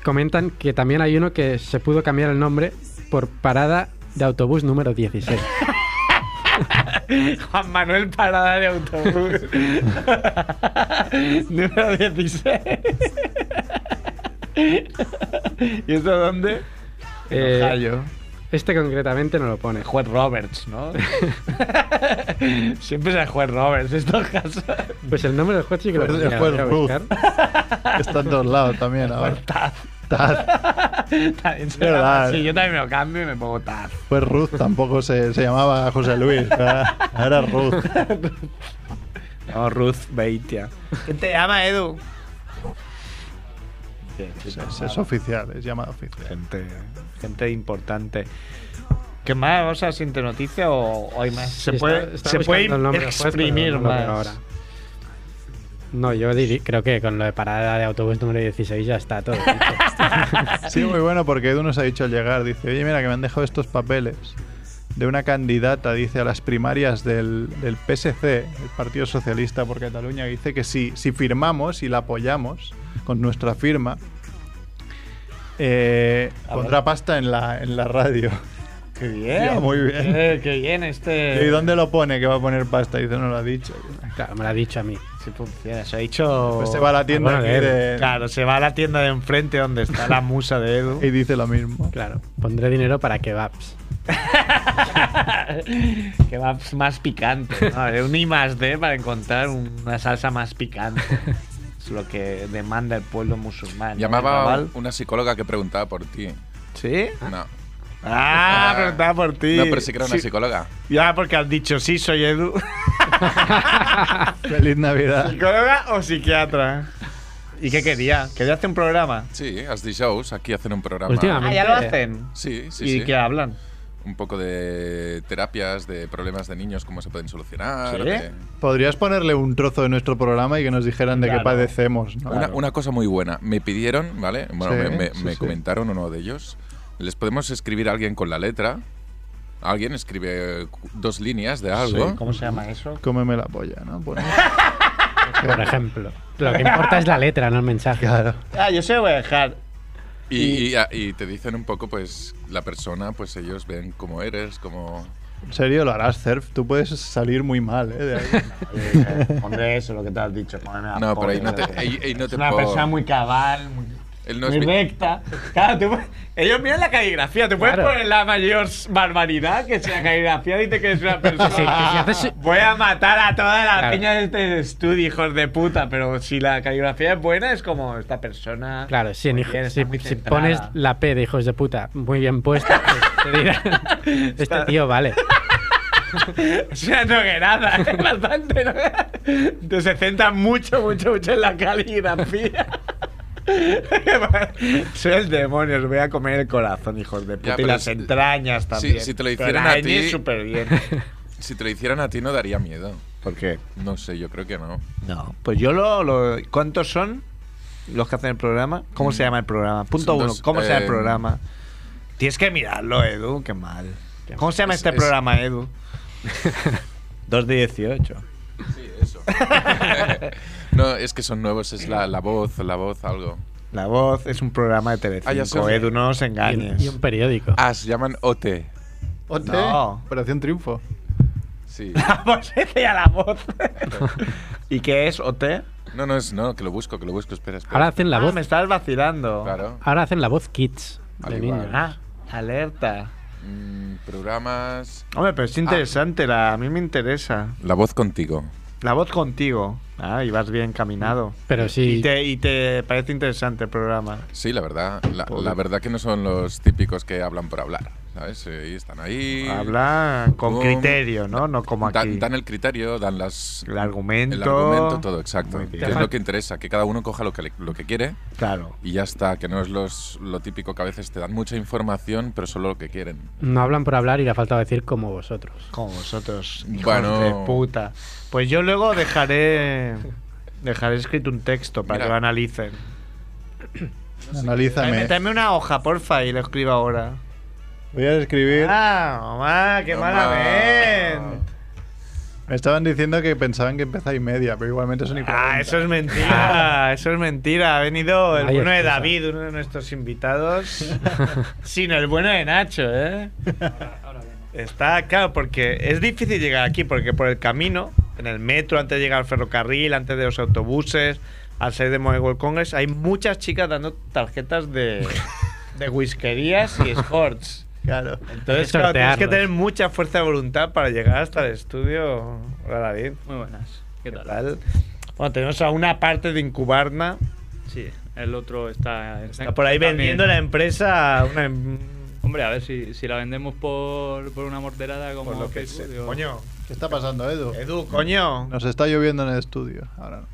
S1: comentan que también hay uno que se pudo cambiar el nombre por parada de autobús número 16.
S2: Juan Manuel Parada de Autobús. Número 16. ¿Y esto dónde?
S1: Eh,
S3: Ohio.
S1: este concretamente no lo pone.
S2: El juez Roberts, ¿no? *laughs* Siempre es el juez Roberts estos casos.
S1: Pues el nombre del juez sí que lo
S3: Pues el
S1: mira,
S3: juez
S1: voy a
S3: Ruth.
S1: buscar.
S3: Está en todos lados también ahora.
S2: Taz.
S3: Taz.
S2: También se
S3: Verdad.
S2: llama así. Yo también me lo cambio y me pongo Taz.
S3: Pues Ruth tampoco se, se llamaba José Luis. Era, era Ruth.
S1: *laughs*
S2: No, Ruth Beitia. ¿Qué te llama Edu?
S3: Es, es oficial, es llamada oficial.
S2: Gente, gente importante. ¿Qué más? ¿Vamos a la siguiente noticia o, o hay más?
S1: Sí,
S2: se
S1: está-
S2: puede,
S1: está
S2: se
S1: buscando
S2: puede
S1: el nombre del juez, pero
S2: exprimir
S1: no lo
S2: más.
S1: veo ahora. No, yo diri- creo que con lo de parada de autobús número 16 ya está todo.
S2: *laughs*
S1: dicho.
S3: Sí, muy bueno porque Edu nos ha dicho al llegar, dice, oye, mira que me han dejado estos papeles de una candidata, dice, a las primarias del, del PSC, el Partido Socialista por Cataluña, que dice que si, si firmamos y la apoyamos con nuestra firma, eh,
S2: A ver.
S3: pondrá pasta en la, en la radio.
S2: Qué bien.
S3: Tío, muy bien.
S2: Eh, qué bien este.
S3: ¿Y dónde lo pone que va a poner pasta? Dice, no lo ha dicho.
S1: claro, me lo ha dicho a mí.
S2: Sí funciona. Se ha dicho.
S3: Pues se va a la tienda
S1: bueno,
S3: aquí
S1: Edu.
S3: de-
S2: Claro, se va a la tienda de enfrente donde está la musa de Edu.
S3: y dice lo mismo.
S1: Claro, pondré dinero para kebabs.
S2: *laughs* que va más picante. ¿no? Un I más D para encontrar una salsa más picante. Es lo que demanda el pueblo musulmán. ¿no,
S4: Llamaba
S2: Naval?
S4: una psicóloga que preguntaba por ti.
S2: ¿Sí?
S4: No.
S2: Ah, preguntaba por ti.
S4: No, pero sí que era una psicóloga.
S2: Ya, porque han dicho sí, soy Edu.
S3: Feliz Navidad.
S2: ¿Psicóloga o psiquiatra? ¿Y qué quería? ¿Quería hacer un programa?
S4: Sí, as the shows, aquí hacen un programa.
S1: Últimamente.
S2: Ah, ya lo hacen.
S4: Sí, sí,
S2: ¿Y
S4: sí.
S2: qué hablan?
S4: Un poco de terapias, de problemas de niños, cómo se pueden solucionar.
S2: ¿Sí?
S4: de-
S3: Podrías ponerle un trozo de nuestro programa y que nos dijeran de
S2: Claro.
S3: qué padecemos, ¿no?
S4: Una, una cosa muy buena. Me pidieron, ¿vale? Bueno,
S3: Sí,
S4: me, me-
S3: sí,
S4: me
S3: sí.
S4: comentaron uno de ellos. Les podemos escribir a alguien con la letra. Alguien escribe eh, cu- dos líneas de algo.
S2: ¿Cómo se llama eso?
S3: Cómeme la polla, ¿no? Pues,
S1: Por ejemplo. Lo
S2: *laughs*
S1: que importa es la letra, no el mensaje.
S3: claro.
S2: Ah, yo se lo voy a dejar.
S4: y, y- a- y te dicen un poco, pues, la persona, pues ellos ven cómo eres, cómo.
S3: En serio, lo harás, Cerf. Tú puedes salir muy mal, ¿eh? De ahí.
S2: Hombre, eso es lo que te has dicho. ponme la
S4: No, pero ahí
S2: polla,
S4: no te,
S2: yo qué sé.
S4: ahí- ahí no
S2: Es
S4: te
S2: una
S4: pon-
S2: persona muy cabal, muy,
S4: Él no
S2: muy
S4: es bi-
S2: recta. Claro, tú- ellos miran la caligrafía. Te puedes
S1: Claro.
S2: poner la mayor barbaridad que sea caligrafía. Dice que
S1: *laughs*
S2: es una persona.
S1: Que si- que si haces-
S2: Voy a matar a toda la
S1: Claro.
S2: peña de este estudio, hijos de puta. Pero si la caligrafía es buena, es como esta persona. *laughs*
S1: Claro, si, en
S2: muy
S1: hij-
S2: bien,
S1: si-
S2: está muy
S1: si
S2: centrada.
S1: pones la P de hijos de puta muy bien puesta, pues te
S2: *laughs*
S1: dirán, este tío vale.
S2: Es una *laughs* noguerada, ¿eh? bastante noguerada. Entonces se centra mucho, mucho, mucho en la caligrafía. *laughs* Soy el demonio, os voy a comer el corazón, hijos de puta.
S4: Ya,
S2: y
S4: pero
S2: las
S4: si-
S2: entrañas también.
S4: si te lo
S2: Pero
S4: hicieran
S2: la
S4: a
S2: ñ
S4: ti-
S2: es
S1: *laughs*
S2: súper bien.
S4: Si te lo hicieran a ti, no daría miedo.
S2: ¿Por qué?
S4: No sé, yo creo que no.
S2: No. Pues yo lo, lo- ¿Cuántos son los que hacen el programa? ¿Cómo se llama el programa? Punto
S4: Mm. Son
S2: uno.
S4: dos,
S2: ¿Cómo se llama el
S4: eh,
S2: programa? Tienes que mirarlo, Edu. Qué mal. ¿Cómo se llama
S4: Es-
S2: este
S4: es- *laughs*
S2: programa, Edu? 2 de 18.
S4: Sí, eso. *laughs* no, es que son nuevos, es la, la voz, la voz, algo.
S2: La voz es un programa de Telecinco,
S4: Ah, ya sé.
S2: Edu, no nos
S1: Y un-
S2: engañes.
S1: y
S2: *laughs*
S1: un periódico.
S4: Ah, se llaman OT.
S3: *laughs* Ote,
S2: No.
S3: Operación Triunfo.
S4: Sí.
S2: La voz decía pues este la
S4: *laughs*
S2: voz. ¿Y qué es OT?
S4: No, no, es, no, que lo busco, que lo busco, espera, espera.
S1: Ahora hacen la
S2: Ah,
S1: voz.
S2: me estás vacilando.
S4: Claro.
S1: Ahora hacen la voz kids
S4: Al
S1: de
S4: igual.
S1: niños.
S2: Ah, alerta.
S4: Mm, programas.
S2: Hombre, pero es
S4: Ah.
S2: interesante, la, a mí me interesa.
S4: La voz contigo.
S2: La voz contigo. Ah, y vas bien caminado.
S1: Pero sí.
S2: Y, te, y te parece interesante el programa.
S4: Sí, la verdad. La,
S2: Pobre.
S4: la verdad que no son los típicos que hablan por hablar. ¿sabes? Eh, y están ahí.
S2: Habla con
S4: Boom.
S2: criterio, ¿no? No como aquí.
S4: Dan, dan el criterio, dan las,
S2: el argumento.
S4: el argumento, todo, exacto.
S2: Muy bien.
S4: Que es lo que interesa, que cada uno coja lo que, le- lo que quiere
S2: Claro.
S4: y ya está, que no es los, lo típico que a veces te dan mucha información, pero solo lo que quieren.
S1: No hablan por hablar y le ha faltado decir como vosotros.
S2: Como vosotros, hijos
S4: Bueno.
S2: de puta. Pues yo
S4: *laughs*
S2: luego dejaré. Dejaré escrito un texto para
S4: Mira.
S2: que lo analicen. Dame,
S3: Analízame.
S2: dame una hoja, porfa, y lo escribo ahora.
S3: Voy a describir.
S2: ¡Ah, mamá! ¡Qué mala
S4: Toma.
S2: ven!
S3: Me estaban diciendo que pensaban que empezaba y media, pero igualmente son y
S2: Ah,
S3: 40.
S2: eso es mentira, eso es mentira. Ha venido el
S1: Hay
S2: bueno de
S1: excusa.
S2: David, uno de nuestros
S1: *laughs*
S2: invitados, sin el bueno de Nacho, ¿eh? Está claro, porque es difícil llegar aquí, porque por el camino, en el metro, antes de llegar al ferrocarril, antes de los autobuses, al ser de Mobile World Congress, hay muchas chicas dando tarjetas de, de whiskerías y escorts.
S3: Claro.
S2: Entonces,
S1: que
S2: claro, tienes que
S1: sortearlos.
S2: tener mucha fuerza de voluntad para llegar hasta el estudio. Hola, David.
S6: Muy buenas. ¿Qué
S2: ¿Qué
S6: tal?
S2: tal? Bueno, tenemos a una parte de Incubarna.
S6: Sí, el otro está, eh,
S2: Está por ahí
S6: también.
S2: vendiendo la empresa a una em-
S6: Hombre, a ver si, si la vendemos por, por una morterada como
S2: por lo que
S6: Facebook,
S2: sea.
S6: digo,
S2: Coño,
S3: ¿Qué está pasando, Edu?
S2: Edu, coño.
S3: Nos está lloviendo en el estudio. Ahora no.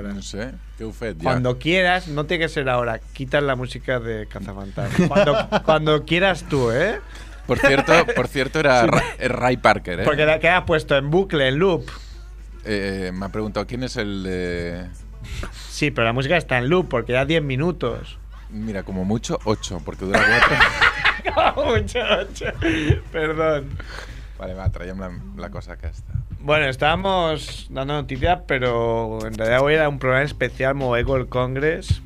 S4: No sé, qué ufet ya.
S2: Cuando quieras, no tiene que ser ahora. Quitas la música de Cazafantasmas. *laughs* Cuando, cuando quieras tú, ¿eh?
S4: Por cierto, por cierto
S2: *laughs*
S4: era Ra- eh, Ray Parker, ¿eh?
S2: Porque la queda puesto en bucle, en loop.
S4: Eh, Me ha preguntado quién es el de.
S2: Sí, pero la música está en loop porque ya 10 *laughs* minutos.
S4: Mira, como mucho, ocho, porque dura cuatro.
S2: *laughs* Muchacho. Perdón.
S4: vale, va, traían la, la cosa que está.
S2: Bueno, estábamos dando noticias, pero en realidad hoy era un programa especial Mobile World Congress.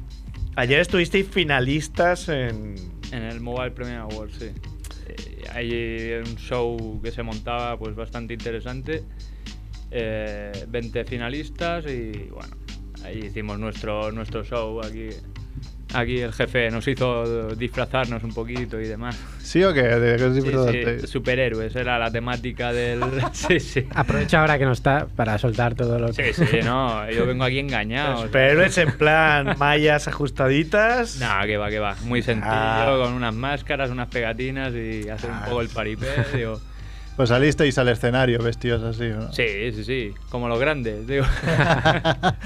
S2: Ayer estuvisteis finalistas en...
S6: En el Mobile Premium Award, sí. Eh, Hay un show que se montaba pues bastante interesante. Eh, 20 finalistas y bueno, ahí hicimos nuestro, nuestro show aquí. Aquí el jefe nos hizo disfrazarnos un poquito y demás.
S3: ¿Sí o qué? ¿De qué os
S6: Sí,
S3: disfrutasteis?
S6: sí, superhéroes, era la temática del... *laughs* Sí, sí.
S1: Aprovecha ahora que no está para soltar todo lo
S6: Sí,
S1: que...
S6: sí, no, yo vengo aquí engañado.
S2: Superhéroes en plan mallas ajustaditas.
S6: No, que va, que va. Muy sencillo,
S2: Ah.
S6: con unas máscaras, unas pegatinas y hacer un
S2: Ah.
S6: poco el paripé, digo.
S3: Pues salisteis al escenario vestidos así, ¿o ¿no?
S6: Sí, sí, sí, como los grandes, digo.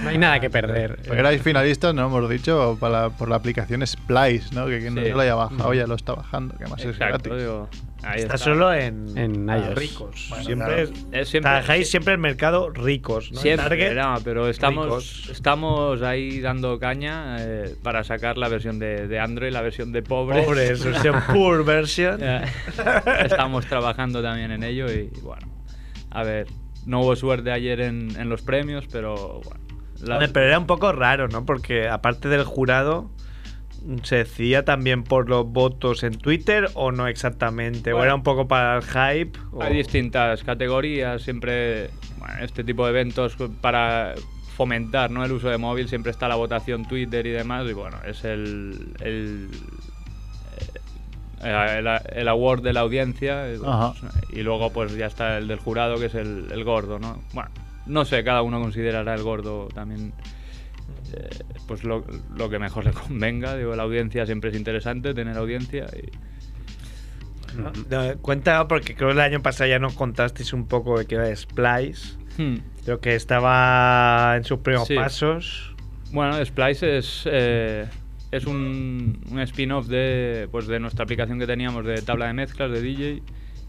S1: No hay nada que perder.
S3: *laughs* Porque erais finalistas, ¿no? Hemos dicho para la- por la aplicación Splice, ¿no? Que quien no
S6: Sí.
S3: se lo haya bajado ya lo está bajando, que más es
S6: Exacto,
S3: gratis.
S6: digo. Ahí
S2: Está
S6: está.
S2: solo en...
S1: En
S2: para
S1: iOS.
S2: Ricos.
S3: Bueno,
S2: siempre
S3: claro.
S2: es-
S6: Eh, siempre-
S2: Trabajáis siempre en mercado ricos, ¿no? En
S6: Siempre,
S2: Target.
S6: no, pero
S2: ricos.
S6: estamos, estamos ahí dando caña eh, para sacar la versión de, de Android, la versión de pobres.
S2: Pobres,
S6: *laughs*
S2: o sea, poor *laughs* version.
S6: Eh, estamos trabajando también en ello y bueno, a ver, no hubo suerte ayer en, en los premios, pero bueno. la-
S2: Hombre, Pero era un poco raro, ¿no? Porque aparte del jurado, se decía también por los votos en Twitter o no exactamente. o
S6: Bueno.
S2: era un poco para el hype. o-
S6: Hay distintas categorías, siempre bueno, este tipo de eventos para fomentar ¿no? el uso de móvil, siempre está la votación Twitter y demás, y bueno, es el, el, eh, el, el award de la audiencia, y, bueno,
S3: Ajá.
S6: y luego pues ya está el del jurado, que es el, el gordo, ¿no? Bueno, no sé, cada uno considerará el gordo también. eh, pues lo, lo que mejor le convenga, digo, la audiencia siempre es interesante, tener audiencia y,
S2: ¿no? No, Cuenta, porque creo que el año pasado ya nos contasteis un poco de qué era Splice.
S6: Hmm.
S2: Creo que estaba en sus primeros
S6: Sí.
S2: pasos.
S6: Bueno, Splice es, eh, es un, un spin-off de, pues, de nuestra aplicación que teníamos de tabla de mezclas de DJ.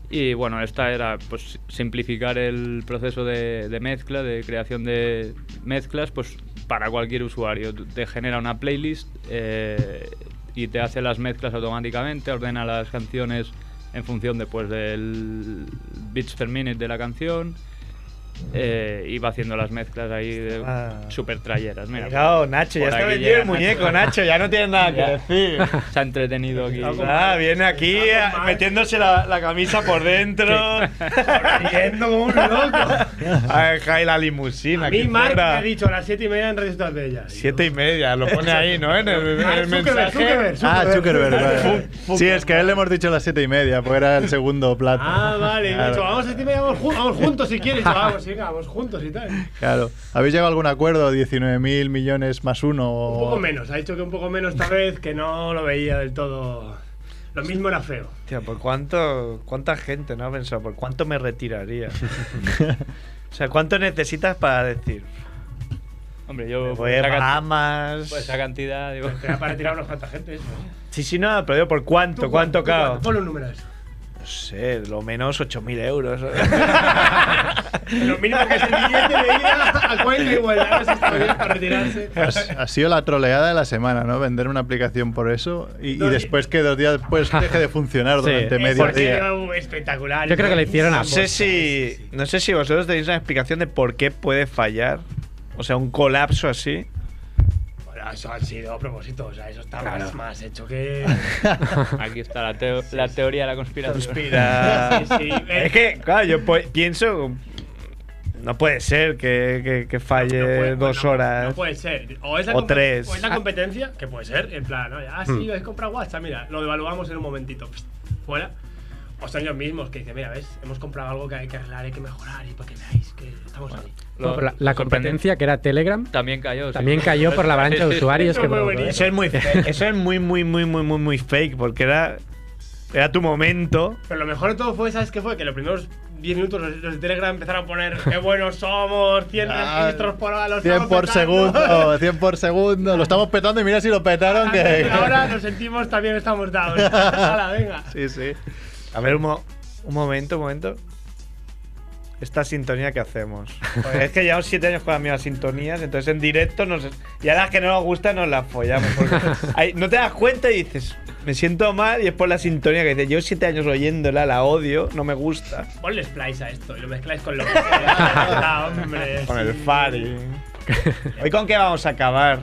S6: Y bueno, esta era pues, simplificar el proceso de, de mezcla, de creación de mezclas, pues para cualquier usuario. Tú- Te genera una playlist eh, y te hace las mezclas automáticamente, ordena las canciones en función después del beats per minute de la canción eh, y va haciendo las mezclas ahí de
S2: Ah.
S6: super trayeras. Mira,
S2: Claro, Nacho, ya
S6: por
S2: está
S6: aquí
S2: vendido el
S6: llega
S2: muñeco, Nacho. Ya no tiene
S6: *laughs*
S2: nada
S6: Ya.
S2: que decir.
S6: Se ha entretenido aquí.
S2: Ah, viene aquí eh, metiéndose la, la camisa por dentro. *laughs*
S7: Corriendo como un loco.
S2: Ay, Jai, la limusina.
S7: A
S2: aquí
S7: mí Mark me
S2: fuera.
S7: ha dicho a las 7 y media en redes de ella.
S2: Siete y media, lo pone ahí, ¿no? En el, en el
S7: Ah, Zuckerberg,
S2: mensaje.
S7: Zuckerberg,
S3: Ah, Zuckerberg, vale.
S2: Fu-
S3: Sí, es que a él le hemos dicho las siete y media, porque era el
S7: *laughs*
S3: segundo plato.
S7: Ah, vale. y me ha dicho,
S3: Claro.
S7: vamos a las 7 y media, vamos, ju- vamos juntos si quieres. Y yo, Vamos, sí, venga, vamos juntos y tal. Un
S3: Claro. ¿Habéis llegado a algún acuerdo? ¿19.000 millones más uno? o-
S7: poco menos. Ha dicho que un poco menos tal vez, que no lo veía del todo. Lo mismo era feo.
S2: Tío, ¿por cuánto, cuánta gente no ha pensado? ¿Por cuánto me retiraría? o sea, ¿cuánto necesitas para decir?
S6: Hombre, yo.
S2: Me
S6: por
S2: voy a
S6: esa can-
S2: Bahamas.
S7: Pues,
S6: por esa cantidad,
S2: *laughs*
S6: digo. *laughs*
S7: Te da para tirar unos cuantos gente eso. ¿eh?
S2: Sí, sí, no, pero yo, ¿por cuánto?
S7: Tú,
S2: ¿Cuánto
S7: tú,
S2: cao?
S7: Ponle un número a eso.
S2: No sé, lo menos 8.000 euros.
S7: *laughs* Lo mínimo que es el billete de ida a cuenta igual. ahora sí está bien para retirarse.
S3: Ha, ha sido la troleada de la semana, ¿no? Vender una aplicación por eso y, y
S7: No, y-
S3: después que dos días
S7: *laughs*
S3: después deje de funcionar
S2: Sí.
S3: durante
S2: Es
S3: medio
S7: Porque
S3: día.
S7: era un espectacular.
S1: Yo creo que le hicieron a
S2: No sé, si, no sé si vosotros tenéis una explicación de por qué puede fallar. O sea, un colapso así.
S7: Bueno, eso ha sido a propósito. O sea, eso está más,
S1: Claro.
S7: más hecho que.
S6: Aquí está la, teo- la teoría de la conspiración.
S2: Mira,
S7: Sí, sí, eh.
S2: es que, claro, yo po- pienso. No puede ser que, que- que falle
S7: No puede-
S2: dos
S7: no,
S2: horas.
S7: No puede ser. O, es la
S2: O
S7: compe-
S2: tres. Hmm.
S7: o
S2: *laughs*
S7: es la competencia, que puede ser. En plan, oye, ah, sí, habéis comprado WhatsApp, mira, lo devaluamos en un momentito. Pst, fuera. O son ellos mismos que dicen, mira, ves, hemos comprado algo que hay que arreglar, hay que mejorar y para que veáis que estamos ahí.
S6: Lo-
S1: la,
S6: lo
S1: la
S6: sorprendente-
S1: competencia, que era Telegram,
S6: También cayó. sí.
S1: también cayó por la avalancha de
S6: Sí, sí, sí.
S1: usuarios
S7: Eso
S1: que
S7: fue
S1: provocó
S7: buenísimo.
S1: eso.
S2: Eso es *laughs* muy, fe- eso es muy, muy, muy, muy, muy, muy fake, porque era, era tu momento.
S7: Pero lo mejor de todo fue, ¿sabes qué fue? Que los primeros 10 minutos los, los de Telegram empezaron a poner qué buenos somos, 100
S3: Ah,
S7: registros por hora, los
S3: 100
S7: estamos
S3: por
S7: petando". *laughs*
S3: segundo, 100 por segundo. Lo estamos petando y mira si lo petaron que.
S7: Ahora nos sentimos también estamos
S2: *laughs*
S7: dados. Hala, venga.
S3: *laughs* Sí, sí.
S2: A ver, un, mo- un momento, un momento. Esta sintonía que *laughs* hacemos. Joder, es que llevamos siete años con las mismas sintonías, entonces en directo nos, y a las que no nos gustan nos las follamos. *laughs* porque ahí no te das cuenta y dices, me siento mal y es por la sintonía que dices, yo siete años oyéndola, la odio, no me gusta.
S7: Ponle splice a esto y lo mezcláis con lo que
S2: *laughs*
S7: queráis, hombre.
S2: Con
S7: sí.
S2: el Fari. ¿Hoy con qué vamos a acabar?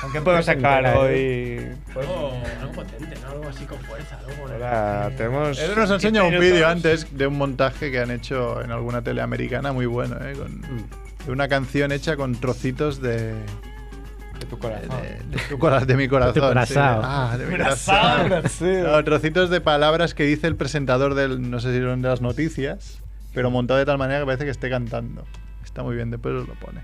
S2: ¿Con qué podemos acabar hoy?
S7: Algo, algo potente, ¿no? Algo así con fuerza, algo con-
S2: Ahora tenemos.
S3: Él nos enseña un
S2: 15
S3: vídeo
S2: minutos.
S3: antes de un montaje que han hecho en alguna tele americana muy bueno, ¿eh? Con, de una canción hecha con trocitos de.
S2: De tu corazón.
S3: De, de tu cora- de mi corazón. sí.
S1: corazón.
S3: Ah, de mi
S2: Corazón,
S3: corazón.
S2: Brasil.
S3: No, trocitos de palabras que dice el presentador del, no sé si son de las noticias, pero montado de tal manera que parece que esté cantando. Está muy bien, después os lo pone.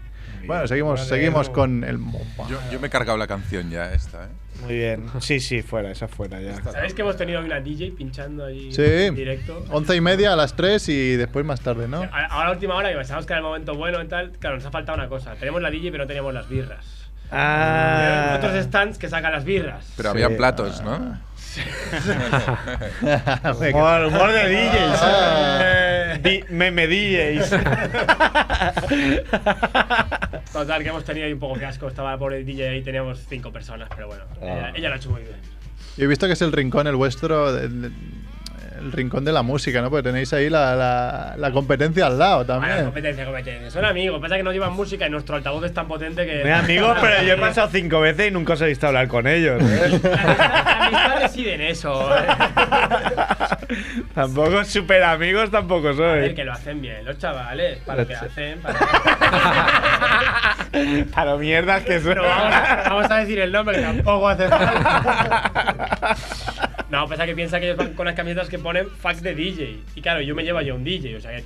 S3: Bueno, seguimos,
S2: Vale,
S3: seguimos
S2: luego.
S3: con el MOPA.
S4: Yo, yo me he cargado la canción ya esta, ¿eh?
S2: Muy bien. Sí, sí, fuera, esa fuera ya.
S7: ¿Sabéis que hemos tenido una DJ pinchando ahí
S3: Sí,
S7: en directo?
S3: once y media a las 3 y después más tarde, ¿no?
S7: A a la última hora que pensábamos que era el momento bueno y tal, claro, nos ha faltado una cosa. Tenemos la DJ pero no teníamos las birras.
S2: Ah.
S7: Otros stands que sacan las birras.
S4: Pero había platos, ¿no?
S7: *laughs*
S2: *laughs* Humor, humor de DJs.
S3: Ah.
S2: eh. Di- meme DJs.
S7: Total, que hemos tenido ahí un poco fiasco. Estaba la pobre DJ ahí, teníamos cinco personas, pero bueno,
S2: Ah.
S7: ella, ella lo ha hecho muy bien.
S3: Yo he visto que es el rincón, el vuestro, el, el rincón de la música, ¿no? Porque tenéis ahí la, la- la competencia al lado
S7: Bueno,
S3: también.
S7: Ah, competencia, competencia. Son amigos, pasa que no llevan música y nuestro altavoz es tan potente que.
S2: Mira, amigos, pero yo he pasado cinco veces y nunca os he visto hablar con ellos. ¿eh?
S7: La amistad- la amistad reside en eso.
S2: *laughs*
S7: ¿eh?
S2: tampoco super amigos, *laughs* tampoco
S7: A ver,
S2: soy.
S7: que lo hacen bien los chavales, para lo que hacen. Para...
S2: *laughs* Para mierdas que son.
S7: No, vamos, a- vamos a decir el nombre, que tampoco hace falta. No, pasa que piensa que ellos van con las camisetas que ponen fax de DJ. Y claro, yo me llevo yo un DJ, o sea que. eh,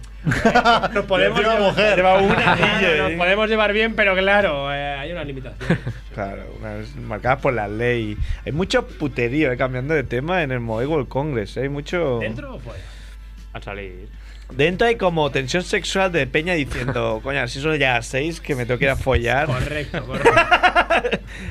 S7: Nos podemos
S3: Encima
S7: llevar-
S3: mujer.
S2: Lleva una
S7: Claro,
S2: DJ.
S7: nos podemos llevar bien, pero claro, eh, hay unas limitaciones.
S2: Claro, unas marcadas por la ley. Hay mucho puterío, eh, cambiando de tema, en el Mobile World Congress. eh, Hay mucho.
S7: ¿Dentro o fuera?
S6: Al salir.
S2: Dentro hay como tensión sexual de Peña diciendo, coño, si solo llega a 6, que me tengo que ir a
S7: *laughs*
S2: follar.
S7: Correcto, correcto.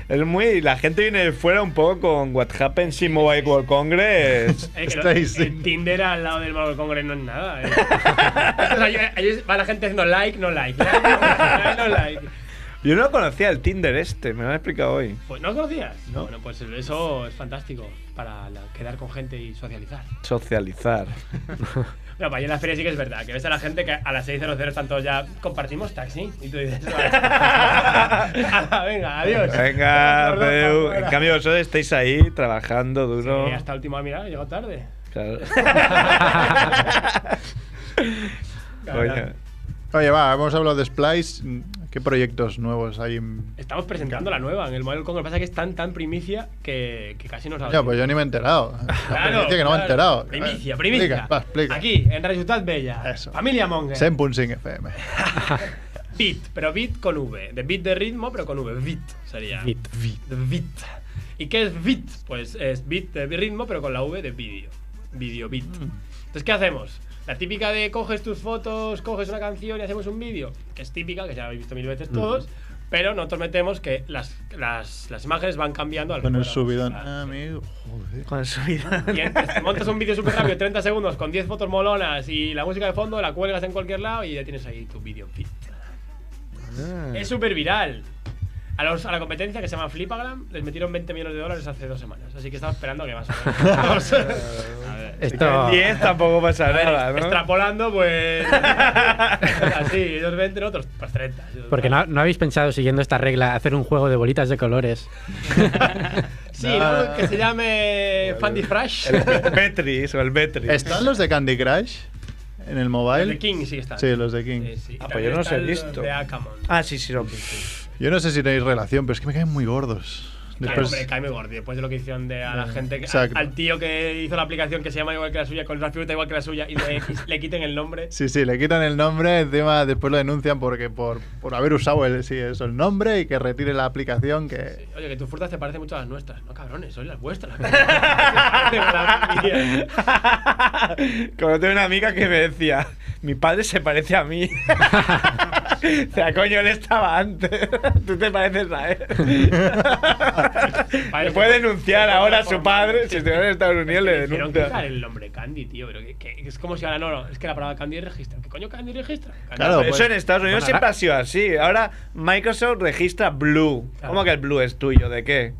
S2: es muy. La gente viene de fuera un poco con What Happens in Mobile World Congress.
S7: Eh, que lo-
S3: Estáis-
S7: el Tinder al lado del Mobile Congress no es nada. eh. O sea, yo- ahí va la gente haciendo like, no like. like, no like, like, no like.
S2: Yo no conocía el Tinder este, me lo han explicado hoy.
S7: Pues no lo conocías.
S2: No.
S7: Bueno, pues eso es fantástico para la- quedar con gente y socializar.
S2: Socializar.
S7: No, para ir a la feria sí que es verdad, que ves a la gente que a las 6.00 están todos ya, compartimos taxi. Y tú dices,
S3: *laughs*
S7: "Vale". *laughs* Ala, venga,
S2: *laughs*
S7: adiós.
S2: Venga,
S7: Nos vemos
S2: adeu.
S7: afuera.
S2: En cambio, vosotros estáis ahí trabajando duro.
S7: Sí, Eh, hasta última mirada, llegó tarde.
S2: Claro. *laughs*
S7: Cabrón.
S2: Coño.
S3: Oye, va, hemos hablado de Splice. ¿Qué proyectos nuevos hay? en-
S7: Estamos presentando la nueva en el Mobile Congress. Pasa que es tan, tan primicia que, que casi nos ha
S3: Ya, pues yo ni me he
S7: *laughs*
S3: enterado. La primicia *laughs* que no me he enterado.
S7: Primicia,
S3: A ver,
S7: primicia.
S3: Explica, va, explica.
S7: Aquí, en Resultat Bella.
S3: Eso.
S7: Familia Monger.
S3: Senpunsing FM.
S7: Beat, pero beat con V. De beat de ritmo, pero con V. Beat sería.
S1: Beat.
S7: Beat. Beat. ¿Y qué es bit? Pues es bit de ritmo, pero con la V de vídeo. Video bit.
S3: Mm.
S7: Entonces, ¿qué hacemos? La típica de coges tus fotos, coges una canción y hacemos un vídeo, que es típica, que ya la habéis visto mil veces
S3: Mm.
S7: todos, pero nosotros metemos que las, las, las imágenes van cambiando al
S3: Con el
S7: ritmo de la música.
S3: subidón. Ah, amigo. Joder.
S2: Con su *laughs* vida.
S7: Y entonces te montas un vídeo súper rápido, 30 segundos, con 10 fotos molonas y la música de fondo, la cuelgas en cualquier lado y ya tienes ahí tu vídeo bit. Es súper viral. A, los- a la competencia que se llama Flipagram les metieron 20 millones de dólares hace dos semanas, así que estaba esperando a que más. o menos.
S6: A ver.
S1: Esto.
S2: 10 tampoco pasa
S7: A ver,
S2: nada, ¿no?
S7: extrapolando, pues. así, ellos venden otros, pues 30. Yo-
S1: Porque no, no habéis pensado, siguiendo esta regla, hacer un juego de bolitas de colores.
S7: Sí, ¿no? que se llame Fandy Fresh.
S2: El Petris o el Betris.
S3: ¿Están los de Candy Crush en el mobile?
S7: Los de King sí que están.
S3: Sí, los de King.
S7: Sí, sí.
S2: Ah,
S7: Y
S2: pues
S7: también
S2: yo no los he
S7: está el
S2: visto.
S7: De Akamon.
S2: Ah, sí, sí, *laughs* lo vi.
S3: Yo no sé si tenéis relación, pero es que me caen muy gordos.
S7: Después...
S3: Después,
S7: Hombre, cae muy gordo. Después de lo que hicieron de a la gente, que-
S3: exacto.
S7: al tío que hizo la aplicación que se llama igual que la suya, con la figura igual que la suya, y le, le quiten el nombre.
S3: sí, sí, le quitan el nombre, encima después lo denuncian porque por, por haber usado el, sí, eso, el nombre y que retire la aplicación que...
S7: Oye, que tus frutas te parecen mucho a las nuestras. No, cabrones, son las vuestras. *laughs* las que se parecen a las mías.
S2: Como tengo una amiga que me decía, mi padre se parece a
S7: *laughs*
S2: mí. o sea, coño, él estaba antes. Tú te pareces a
S7: *laughs*
S2: él. le puede denunciar ahora a su padre. Si estuviera en Estados Unidos, le
S7: Hicieron quitar
S2: denuncia.
S7: el nombre Candy, tío. Pero que, que- es como si ahora no, no. Es que la palabra Candy registra. ¿Qué coño Candy registra? Candy-
S3: Claro, pues-
S2: Eso en Estados Unidos
S1: Bueno,
S2: siempre
S1: ahora-
S2: ha sido así. Ahora Microsoft registra Blue.
S7: Claro.
S2: ¿Cómo que el Blue es tuyo? ¿De qué?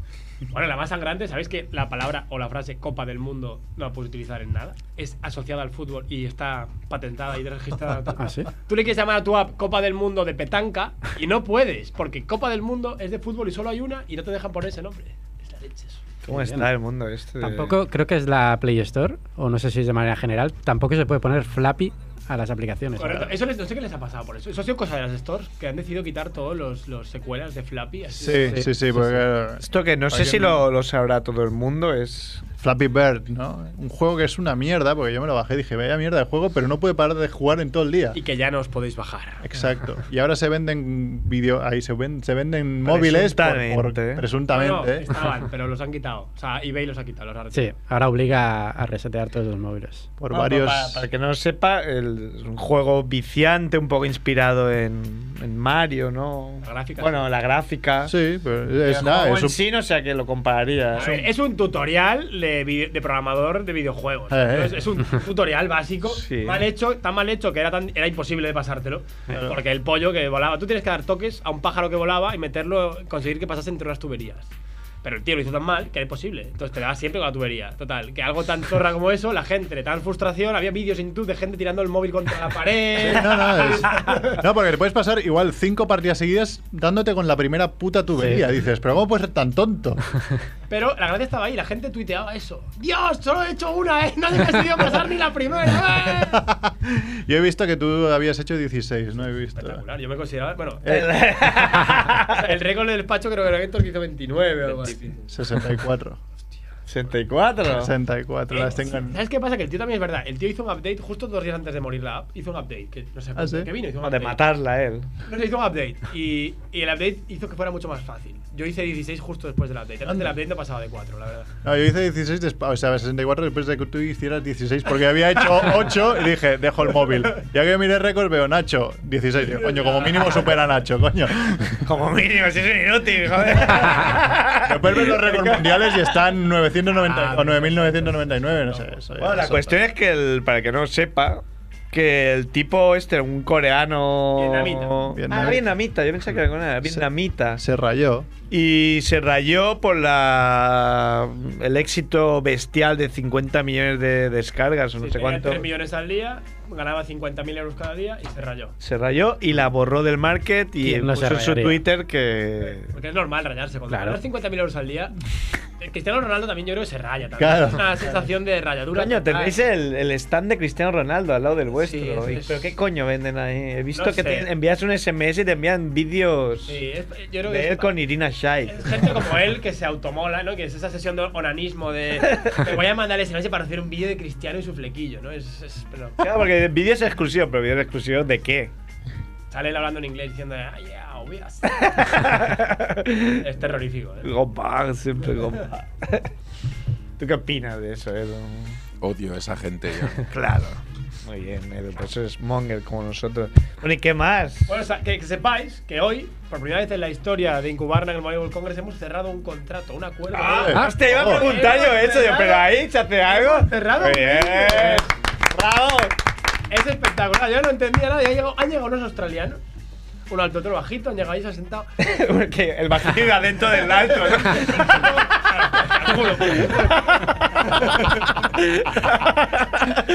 S7: Bueno, la más sangrante, ¿sabéis que la palabra o la frase Copa del Mundo no la puedes utilizar en nada? Es asociada al fútbol y está patentada y registrada.
S1: *laughs* ¿Ah, sí?
S7: Tú le quieres llamar a tu app Copa del Mundo de petanca y no puedes, porque Copa del Mundo es de fútbol y solo hay una y no te dejan poner ese nombre. Es la leche eso.
S2: ¿Cómo está el mundo este? de-
S1: Tampoco, creo que es la Play Store, o no sé si es de manera general, tampoco se puede poner Flappy a las aplicaciones.
S7: Correcto. Eso les- no sé qué les ha pasado por eso. Eso ha sido cosa de las stores que han decidido quitar todos los, los secuelas de Flappy. así.
S3: Sí, sí, sí,
S1: sí,
S3: porque...
S1: sí.
S3: claro,
S2: Esto que no sé
S3: Para
S2: si
S3: que-
S2: lo, lo sabrá todo el mundo es.
S3: Flappy Bird, ¿no? Un juego que es una mierda, porque yo me lo bajé y dije, vaya mierda de juego, pero no puede parar de jugar en todo el día.
S7: Y que ya no os podéis bajar.
S3: Exacto. Y ahora se venden video, ahí se, ven- se venden móviles por-
S2: Presuntamente.
S3: por, presuntamente.
S7: No, no,
S3: ¿eh?
S7: estaban, pero los han quitado. O sea, eBay los ha quitado, los ha
S1: Sí,
S7: retirado.
S1: ahora obliga a- a resetear todos los móviles.
S3: por
S2: No,
S3: varios.
S2: Para, para que no lo sepa, el- es un juego viciante, un poco inspirado en, en Mario, ¿no?
S7: La gráfica,
S2: Bueno,
S7: sí.
S2: la gráfica.
S3: Sí, pero es
S2: El
S3: nada,
S2: juego
S3: es
S2: en
S3: un-
S2: sí, no sé a qué lo compararía.
S7: A ver, es un tutorial de, vide- de programador de videojuegos.
S3: Eh, eh.
S7: Entonces,
S3: *laughs*
S7: es un tutorial básico,
S2: Sí.
S7: mal hecho, tan mal hecho que era, tan, era imposible de pasártelo. Porque el pollo que volaba, tú tienes que dar toques a un pájaro que volaba y meterlo, conseguir que pasase entre unas tuberías. Pero el tío lo hizo tan mal que era imposible. Entonces te daba siempre con la tubería. Total, que algo tan zorra como eso, la gente, de tan frustración, había vídeos en YouTube de gente tirando el móvil contra la pared.
S3: No, no, es- no, porque le puedes pasar igual cinco partidas seguidas dándote con la primera puta tubería. Dices, pero ¿cómo puedes ser tan tonto?
S7: Pero la gracia estaba ahí, la gente tuiteaba eso. Dios, solo he hecho una, ¿eh? Nadie me ha decidido pasar ni la primera. ¡eh!".
S3: Yo he visto que tú habías hecho 16, ¿no? He visto.
S2: Ah.
S7: Espectacular, yo me consideraba. Bueno,
S3: Eh,
S7: el *laughs* récord del despacho creo que era Héctor que hizo 29 o algo así.
S3: 64.
S2: 64.
S3: 64, las tengo en-
S7: Eh, ¿Sabes qué pasa? Que el tío también es verdad. El tío hizo un update justo dos días antes de morir la app. Hizo un update. Que no sé
S3: ¿Ah, sí?
S7: qué vino. Hizo un
S2: O de
S7: update.
S2: matarla él.
S7: No sé, hizo un update. Y, y el update hizo que fuera mucho más fácil. Yo hice 16 justo después del update. Antes del update no pasaba de 4, la verdad.
S3: No, yo hice 16, desp- o sea, 64 después de que tú hicieras 16, porque había hecho 8 y dije, dejo el móvil. Ya que miré récords, veo Nacho, 16. Digo, coño, como mínimo supera a Nacho, coño.
S2: Como mínimo, si es un
S7: *laughs*
S2: inútil, joder.
S3: Después ves los récords mundiales y están 990,
S7: Ah,
S3: o 9.999, no sé. Eso ya
S2: Bueno, la
S3: es
S2: cuestión
S3: otra.
S2: es que, el, para el que no lo sepa, que el tipo este, un coreano.
S7: Vietnamita.
S3: Vietnamita.
S2: Ah, vietnamita. Yo pensaba que era coreano, era vietnamita.
S3: Se rayó.
S2: Y se rayó por la el éxito bestial de 50 millones de descargas o no
S7: Sí,
S2: sé
S7: tenía
S2: cuánto.
S7: 3 millones al día, ganaba 50.000 euros cada día y se rayó.
S2: Se rayó y la borró del market y
S1: ¿Quién no se
S2: puso en su
S1: rayaría?
S2: Twitter que
S7: Porque es normal rayarse. Cuando
S1: Claro.
S7: ganas 50.000 euros al día. eh, Cristiano Ronaldo también yo creo que se raya. También.
S3: Claro.
S7: Es una sensación de rayadura.
S2: Coño,
S7: total.
S2: tenéis el, el stand de Cristiano Ronaldo al lado del vuestro.
S7: eso
S2: Y-
S7: es.
S2: ¿Pero qué coño venden ahí? He visto
S7: No
S2: que
S7: sé.
S2: te envías un SMS y te envían vídeos
S7: Sí, es- yo creo que
S2: de
S7: es-
S2: él con Irina Shayk.
S7: Es gente como él que se automola, ¿no? Que es esa sesión de onanismo de. Me voy a mandar SMS para hacer un vídeo de Cristiano y su flequillo, ¿no? Es. es- pero
S2: Claro, porque vídeos exclusivos, pero vídeos exclusivos de qué?
S7: sale él hablando en inglés diciendo. "Ah, yeah,
S2: *laughs*
S7: obvias. es terrorífico, ¿eh?
S2: Gopag, siempre Gopag. ¿Tú qué opinas de eso, Edu?
S4: Odio a esa gente yo.
S2: Claro. Muy bien, Edu, pues eso es monger como nosotros. Bueno, ¿y qué más?
S7: Bueno, sa- que, que sepáis que hoy, por primera vez en la historia de Incubarna en el Mobile World Congress, hemos cerrado un contrato, un acuerdo.
S2: Ah, te iba
S7: Oh.
S2: a preguntar yo eso, yo, pero ahí se hace algo.
S7: cerrado.
S2: Muy bien. Bravo.
S7: Es espectacular, yo no entendía nada. y Han llegado, han llegado unos australianos, un alto, otro bajito, han llegado ahí, se han sentado.
S2: *laughs* Porque el bajito iba dentro del alto.
S7: *laughs*
S2: ¿no?
S7: Calculo,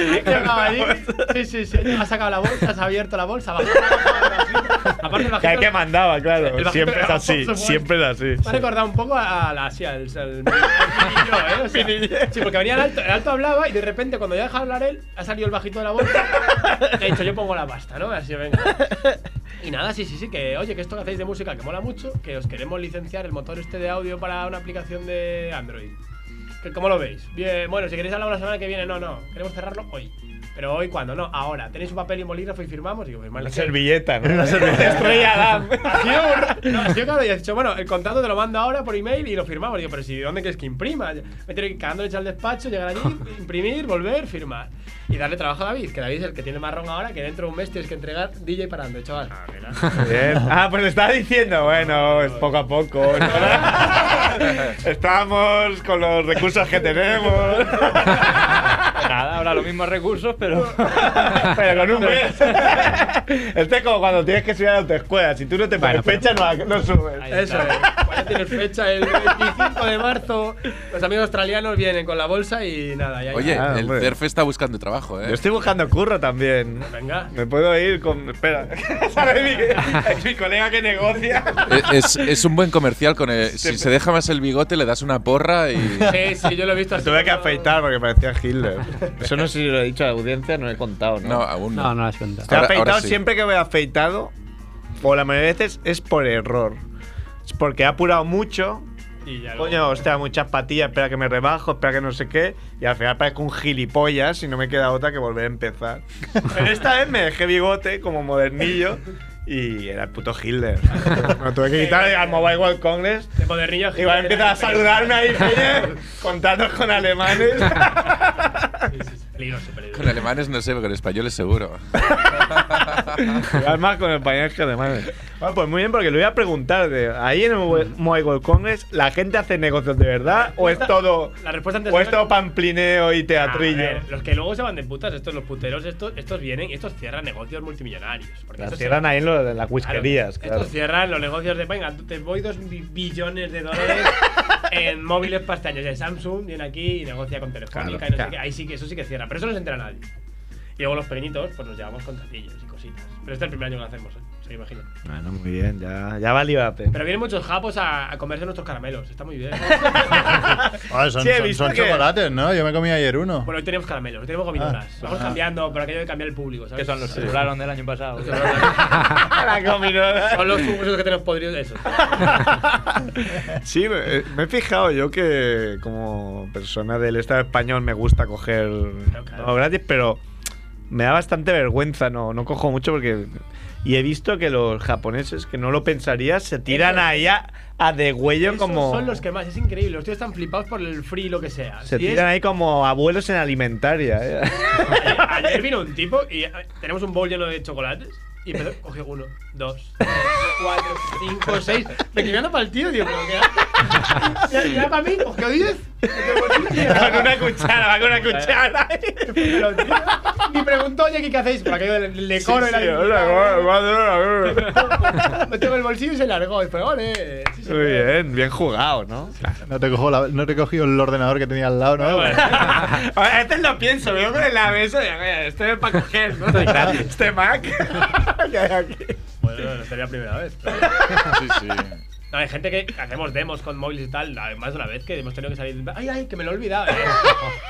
S7: Han llegado ahí, Sí, sí, sí. Ha sacado la bolsa, se ha abierto la bolsa. bajado, bajado, bajado. Aparte, el
S2: Que hay
S7: bajito.
S2: que mandaba,
S7: El
S2: claro.
S7: bajito
S2: Siempre es
S7: era *laughs*
S2: así,
S7: Alfonso Fuentes.
S2: siempre es así.
S7: Me ha recordado un poco a, a la Asia, el, *laughs* el, el pinillo, ¿eh? O sea, sí, porque venía el alto, el alto hablaba y de repente cuando ya dejaba hablar él, ha salido el bajito de la bolsa. Le he dicho, yo pongo la pasta, ¿no? Así, venga. Y nada, sí, sí, sí, que oye, que esto que hacéis de música, que mola mucho, que os queremos licenciar el motor este de audio para una aplicación de Android. Que, ¿Cómo lo veis? Bien, bueno, si queréis hablar la semana que viene, no, no, queremos cerrarlo hoy. Pero hoy, cuando No, ahora. Tenéis un papel y un bolígrafo y pues, firmamos. Digo, firmad
S2: Una
S7: el que-
S2: servilleta, ¿no? Una servilleta.
S7: Estrella Damm. Ha sido un- no, ha sido claro, y has dicho, bueno, el contrato te lo mando ahora por email y lo firmamos. Digo, pero si, ¿dónde quieres que imprima? Me tiene que ir cagándole al despacho, llegar allí, imprimir, volver, firmar. Y darle trabajo a David, que David es el que tiene marrón ahora, que dentro de un mes tienes que entregar DJ para Ando, chaval.
S2: Bien. Ah, pues estaba diciendo, bueno, es poco a poco.
S7: *laughs*
S2: Estamos con los recursos que tenemos.
S6: *laughs* Nada, habrá los mismos recursos, pero.
S2: *laughs* Pero con
S6: *laughs*
S2: un mes. Este es como cuando tienes que subir a la autoescuela. Si tú no te pones fecha, no, la- no subes.
S7: *laughs* Eso es. Pues ya tienes fecha, el 25 de marzo. Los amigos australianos vienen con la bolsa y nada. Ya,
S4: Oye,
S2: Ah,
S4: el
S2: hombre.
S4: CERF está buscando trabajo,
S2: Yo
S4: ¿eh?
S2: estoy buscando curro también.
S7: Venga.
S2: Me puedo ir con. Espera. *laughs* ¿Sabes? Mi, es mi colega que negocia.
S4: E- Es, es un buen comercial con el- Si se deja más el bigote, le das una porra y.
S7: Sí, sí, yo lo he visto así.
S2: Tuve que
S7: como-
S2: afeitar porque parecía Hitler. Eso no sé si lo he dicho a la audiencia, no lo he
S4: *laughs*
S2: contado,
S4: No, aún no.
S1: No, no lo has contado.
S2: Te he
S4: Ahora-
S2: afeitado
S4: ahora sí.
S2: siempre que me he afeitado, o la mayoría de veces es por error. Es porque he apurado mucho.
S7: Y ya luego-
S2: Coño, hostia, muchas patillas, espera que me rebajo, espera que no sé qué. Y al final parezco un gilipollas y no me queda otra que volver a
S4: *laughs*
S2: empezar. Pero esta vez me dejé bigote como modernillo y era el puto
S4: *laughs*
S2: Hitler. Me tuve que quitar al Mobile World Congress.
S7: De modernillo.
S2: Igual empieza a saludarme ahí, Peña, contando con alemanes.
S7: Sí, sí, sí. Peligroso, peligroso.
S4: Con alemanes no sé, pero con españoles seguro.
S2: Jugar más con españoles que alemanes. Bueno, pues muy bien, porque le voy a preguntar. de- ahí en el Mobile- Mobile World Congress, ¿la gente hace negocios de verdad? ¿O es todo,
S7: La respuesta antes
S2: o es todo pamplineo y
S7: A
S2: teatrillo?
S7: ver, los que luego se van de putas, estos los puteros, estos, estos vienen y estos cierran negocios multimillonarios. Porque
S2: Las
S7: estos
S2: cierran ahí en, lo de las
S7: claro,
S2: whiskerías, claro.
S7: Estos cierran los negocios de, venga, tú- te voy dos bi- billones de
S2: *laughs*
S7: dólares en móviles pastaños de Samsung, viene aquí y negocia con Telefónica
S2: Claro,
S7: y no
S2: claro.
S7: sé qué. Ahí sí que eso sí que cierra, pero eso no se entera nadie. Y luego los pequeñitos, pues nos llevamos contratillos y cositas. Pero este es el primer año que lo hacemos, ¿eh? se imagina.
S2: Bueno, muy bien, ya, ya valió la pena.
S7: Pero vienen muchos japos a, a comerse nuestros caramelos, está muy
S2: *laughs*
S7: bien.
S3: Ah, son
S2: Sí, he
S3: son-
S2: visto
S3: son
S2: que-
S3: chocolates, ¿no? Yo me comí ayer uno.
S7: bueno, hoy tenemos caramelos, hoy tenemos gomitas.
S3: Ah,
S7: Vamos
S3: ah.
S7: cambiando por aquello de cambiar el público,
S6: *laughs*
S7: ¿sabes?
S6: que son los que sobraron del año pasado.
S2: la combinona.
S7: Son los jugos esos que tenemos podridos esos.
S2: Sí, me, eh, me he fijado yo que como persona del Estado español me gusta coger
S7: Claro, claro.
S2: todo gratis, pero me da bastante vergüenza, no, no cojo mucho porque... Y he visto que los japoneses, que no lo pensaría, se tiran
S7: Eso-
S2: allá a degüello
S7: Esos
S2: como...
S7: Son los que más, es increíble. Los tíos están flipados por el free, lo que sea.
S2: Se
S7: Y es- *laughs*
S2: tiran ahí como abuelos en alimentaria. ¿eh?
S7: ayer, ayer vino un tipo y eh, tenemos un bowl lleno de chocolates. Y
S2: *laughs*
S7: empezó, cogió uno, dos, tres, cuatro, cinco, seis. Me quedé mirando para el tío, tío. Pero que ya-
S2: *laughs*
S7: ya, ya para mí, cogió diez.
S2: con una cuchara, va con una cuchara.
S7: Pero, tío, *laughs* Y preguntó, oye, ¿qué, qué hacéis? Por aquello del del decoro y la
S2: Sí, sí,
S7: dignidad,
S2: hola,
S7: ¿no?
S2: hola, hola.
S7: Lo tengo en el bolsillo y se largó. Y fue, ole. sí,
S2: Muy
S7: señor.
S2: bien, bien jugado, ¿no?
S3: No te, cojo la- no te cogí el ordenador que tenía al lado,
S2: Ah,
S3: ¿no? Ah,
S2: *laughs* A veces este lo pienso, veo con la mesa y digo, este es para coger, ¿no? *laughs* Este Mac. que hay aquí.
S7: Bueno, no sería la primera vez. pero-
S4: Sí, sí.
S7: No, hay gente que hacemos demos con móviles y tal, además de una vez que hemos tenido que salir. Ay, ay, que me lo he olvidado. eh". *laughs*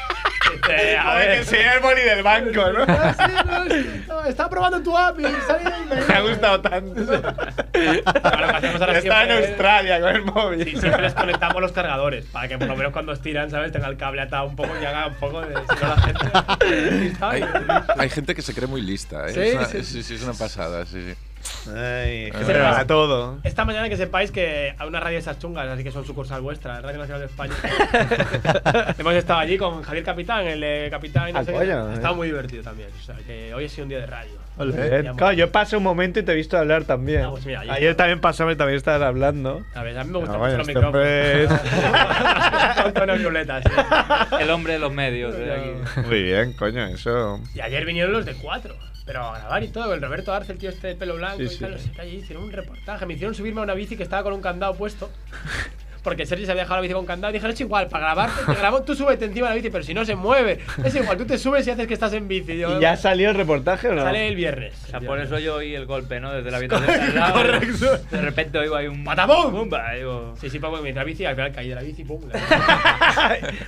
S7: Dice, "Ah, a
S2: Joder, que
S7: ver.
S2: soy el boli del banco, *laughs* ¿no?
S7: "Ah, sí, no, es que estaba- estaba probando tu app y salí y
S2: Me ha gustado tanto.
S7: lo que hacemos ahora
S2: Estaba en
S7: siempre es-
S2: Australia con el móvil.
S7: Sí, siempre les conectamos los cargadores para que por lo menos cuando estiran, ¿sabes? Tenga el cable atado un poco y haga un poco de. Si no, la gente. *laughs*
S4: Hay,
S7: ¿sabes?
S4: hay gente que se cree muy lista, ¿eh?
S7: Sí,
S4: Es una-
S7: sí, sí.
S4: sí, sí, es una pasada, sí, sí.
S2: Ay,
S4: Ah.
S2: pero a todo.
S7: Esta mañana que sepáis que hay una radio de esas chungas, así que son sucursal vuestra, Radio Nacional de
S2: *laughs*
S7: España. Hemos estado allí con Javier Capitán, el eh, capitán. y No
S2: Ah,
S7: sé qué.
S2: coño, eh.
S7: Está muy divertido también. O sea, que hoy ha sido un día de radio.
S3: Ole.
S7: Ya,
S2: Claro, yo pasé un momento y te he visto hablar también.
S7: Ah, pues mira, ahí
S2: Ayer
S7: está.
S2: también pasó, también estabas hablando.
S7: A ver, a mí me
S2: Ah,
S7: gustan
S2: vaya,
S7: mucho los
S2: este
S7: micrófonos.
S2: hombre es-
S7: Con tono violeta, sí.
S6: El hombre de los medios. eh, aquí.
S2: *laughs* Muy bien, coño, eso.
S7: Y ayer vinieron los de cuatro. Pero a grabar y todo, el Roberto Arce, el tío este de pelo blanco
S2: Sí,
S7: y
S2: sí.
S7: tal, no sé qué, allí hicieron un reportaje. Me hicieron subirme a una bici que estaba con un candado puesto. Porque Sergi se había dejado la bici con candado. Y dije, no es igual, para grabarte, te grabo, tú súbete encima de la bici, pero si no se mueve. Es igual, tú te subes y haces que estás en bici. Yo-
S2: ¿Y ya salió el reportaje o no?
S7: Sale el viernes.
S6: O sea, por eso yo oí el golpe, ¿no? Desde la habitación de al lado.
S7: Correcto.
S6: De repente oigo ahí un.
S7: ¡Patabum!
S6: ¡Bumba! Digo,
S7: Sí, sí, Paco, me la bici, al final caí de la
S6: *laughs*
S7: bici, pum.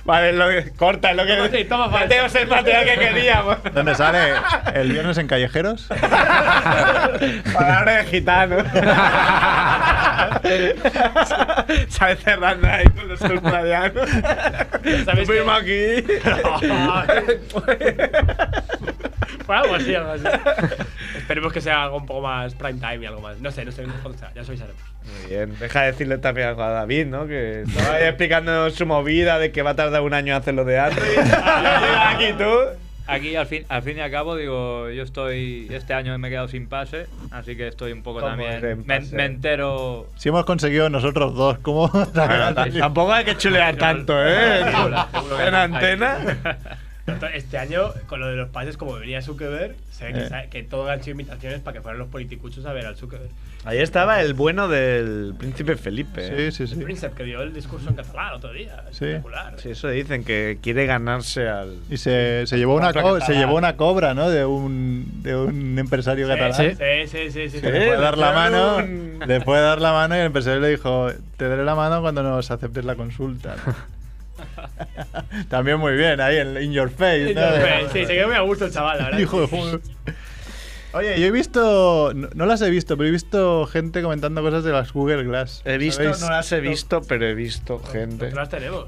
S2: vale, lo que- corta, es lo que.
S7: Sí, toma, falta.
S2: Mateo es el material que queríamos.
S3: ¿Dónde sale? ¿El viernes en Callejeros?
S2: Palabra de gitano. Sabes cerrando ahí con los australianos.
S7: ¿Sabes qué?
S2: Fuimos aquí.
S7: Por Pues algo así, algo así. *laughs* Esperemos que sea algo un poco más prime time y algo más. No sé, no sé cómo será, ya sois sabemos.
S2: Muy bien. Deja de decirle también algo a David, ¿no? Que estaba ahí explicando su movida de que va a tardar un año en hacer lo de antes. Y llegas aquí tú.
S6: Aquí al fin, al fin y al cabo, digo, yo estoy. Este año me he quedado sin pase, así que estoy un poco
S2: ¿Cómo que
S6: también.
S2: en
S6: Me,
S2: pase?
S6: me entero.
S3: Si hemos conseguido nosotros dos, ¿cómo?
S2: Ah,
S3: *laughs*
S2: Bueno, t- tampoco hay que chulear tanto, ¿eh? En antena.
S7: Entonces, Este año, con lo de los pases, como venía Zuckerberg, se ve que,
S3: Eh.
S7: sa- que todo han sido invitaciones para que fueran los politicuchos a ver al Zuckerberg.
S2: Ahí estaba el bueno del príncipe Felipe. ¿eh?
S3: Sí, sí,
S7: El
S3: sí.
S7: príncipe que dio el discurso en catalán otro día.
S3: Sí.
S7: Espectacular.
S2: Sí, eso dicen que quiere ganarse al.
S3: Y se, se llevó una
S2: Otra
S3: co-
S2: catalán.
S3: se llevó una cobra, ¿no? De un, de un empresario catalán.
S7: Sí, sí, sí. sí, sí,
S3: Que *laughs* le fue a dar la mano,
S2: Un-
S3: le fue a dar la mano y el empresario le dijo, te daré la mano cuando nos aceptes la
S7: *laughs*
S3: consulta. ¿no? También muy bien, ahí en in your face. ¿no?
S7: Entonces, Sí, se quedó muy a gusto el chaval, la verdad.
S3: Hijo de joder. Oye, yo he visto, no, no las he visto, pero he visto gente comentando cosas de las Google Glass.
S2: He visto,
S3: ¿Sabéis?
S2: no las he visto, pero he visto
S7: Nosotros
S2: gente.
S7: Pues las tenemos.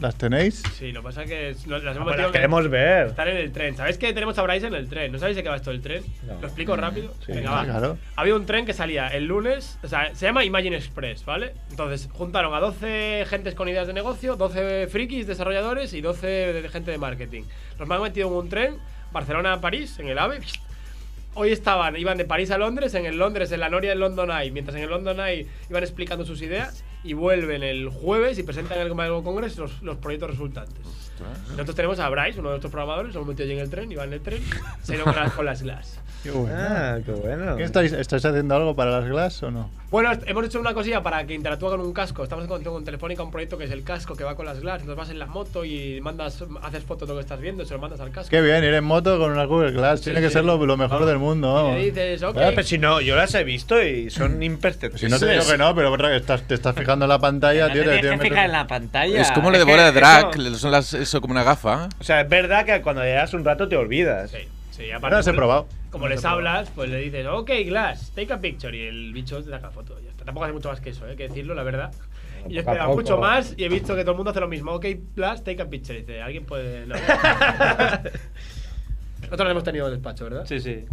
S3: ¿Las tenéis?
S7: Sí, lo que pasa es que es- no- las hemos metido
S2: Pues las
S7: en-
S2: queremos ver.
S7: Están en el tren. ¿Sabéis que tenemos a Bryce en el tren? ¿No sabéis de qué va esto del tren?
S2: No.
S7: ¿Lo explico rápido?
S2: Sí,
S7: Venga, va.
S3: claro.
S7: Había un tren que salía el lunes, o sea, se llama Imagine Express, ¿vale? Entonces juntaron a 12 gentes con ideas de negocio, 12 frikis, desarrolladores y 12 de de gente de marketing. Los han metido en un tren, Barcelona a París, en el AVE. Hoy estaban, iban de París a Londres, en el Londres, en la Noria del London Eye, mientras en el London Eye iban explicando sus ideas y vuelven el jueves y presentan en el Mobile World Congress los, los proyectos resultantes. Nosotros tenemos a Bryce, uno de nuestros programadores, lo hemos metido allí en el tren, iba en el tren, se lo con las- con las glass.
S3: Qué bueno.
S2: Ah, qué bueno.
S3: ¿Qué estáis, ¿Estáis haciendo algo para las Glass o no?
S7: Bueno, est- hemos hecho una cosilla para que interactúe con un casco. Estamos con, con Telefónica un proyecto que es el casco que va con las glass. Entonces vas en la moto y mandas, haces fotos de lo que estás viendo, se lo mandas al casco.
S3: Qué bien, ir en moto con unas Google Glass. Tiene que
S7: sí.
S3: ser lo, lo mejor del mundo.
S7: Y
S3: vamos.
S7: le dices, ok.
S2: Bueno, pero si no, yo las he visto y son imperceptibles.
S3: Si no te digo que no, pero verdad que estás, te estás fijando en la pantalla, tío. Te,
S8: tienes
S3: te
S8: que
S3: metes-
S8: fijar en la pantalla.
S4: Es como lo de
S2: es que
S4: Bora de Drac,
S2: eso-
S4: le- son las, eso como una gafa.
S2: O sea, es verdad que cuando llegas un rato te olvidas.
S7: Sí, sí, aparte.
S3: Ahora se he probado.
S7: Como les hablas, pues le dices, ok, Glass, take a picture. Y el bicho te saca foto. Ya está. Tampoco hace mucho más que eso, ¿eh? hay que decirlo, la verdad. Y yo
S2: Poco a
S7: esperaba mucho
S2: poco.
S7: más y he visto que todo el mundo hace lo mismo. Ok, Glass, take a picture. Y dice, alguien
S2: *laughs*
S7: puede. No. Nosotros lo hemos tenido en el despacho, ¿verdad?
S6: Sí, sí.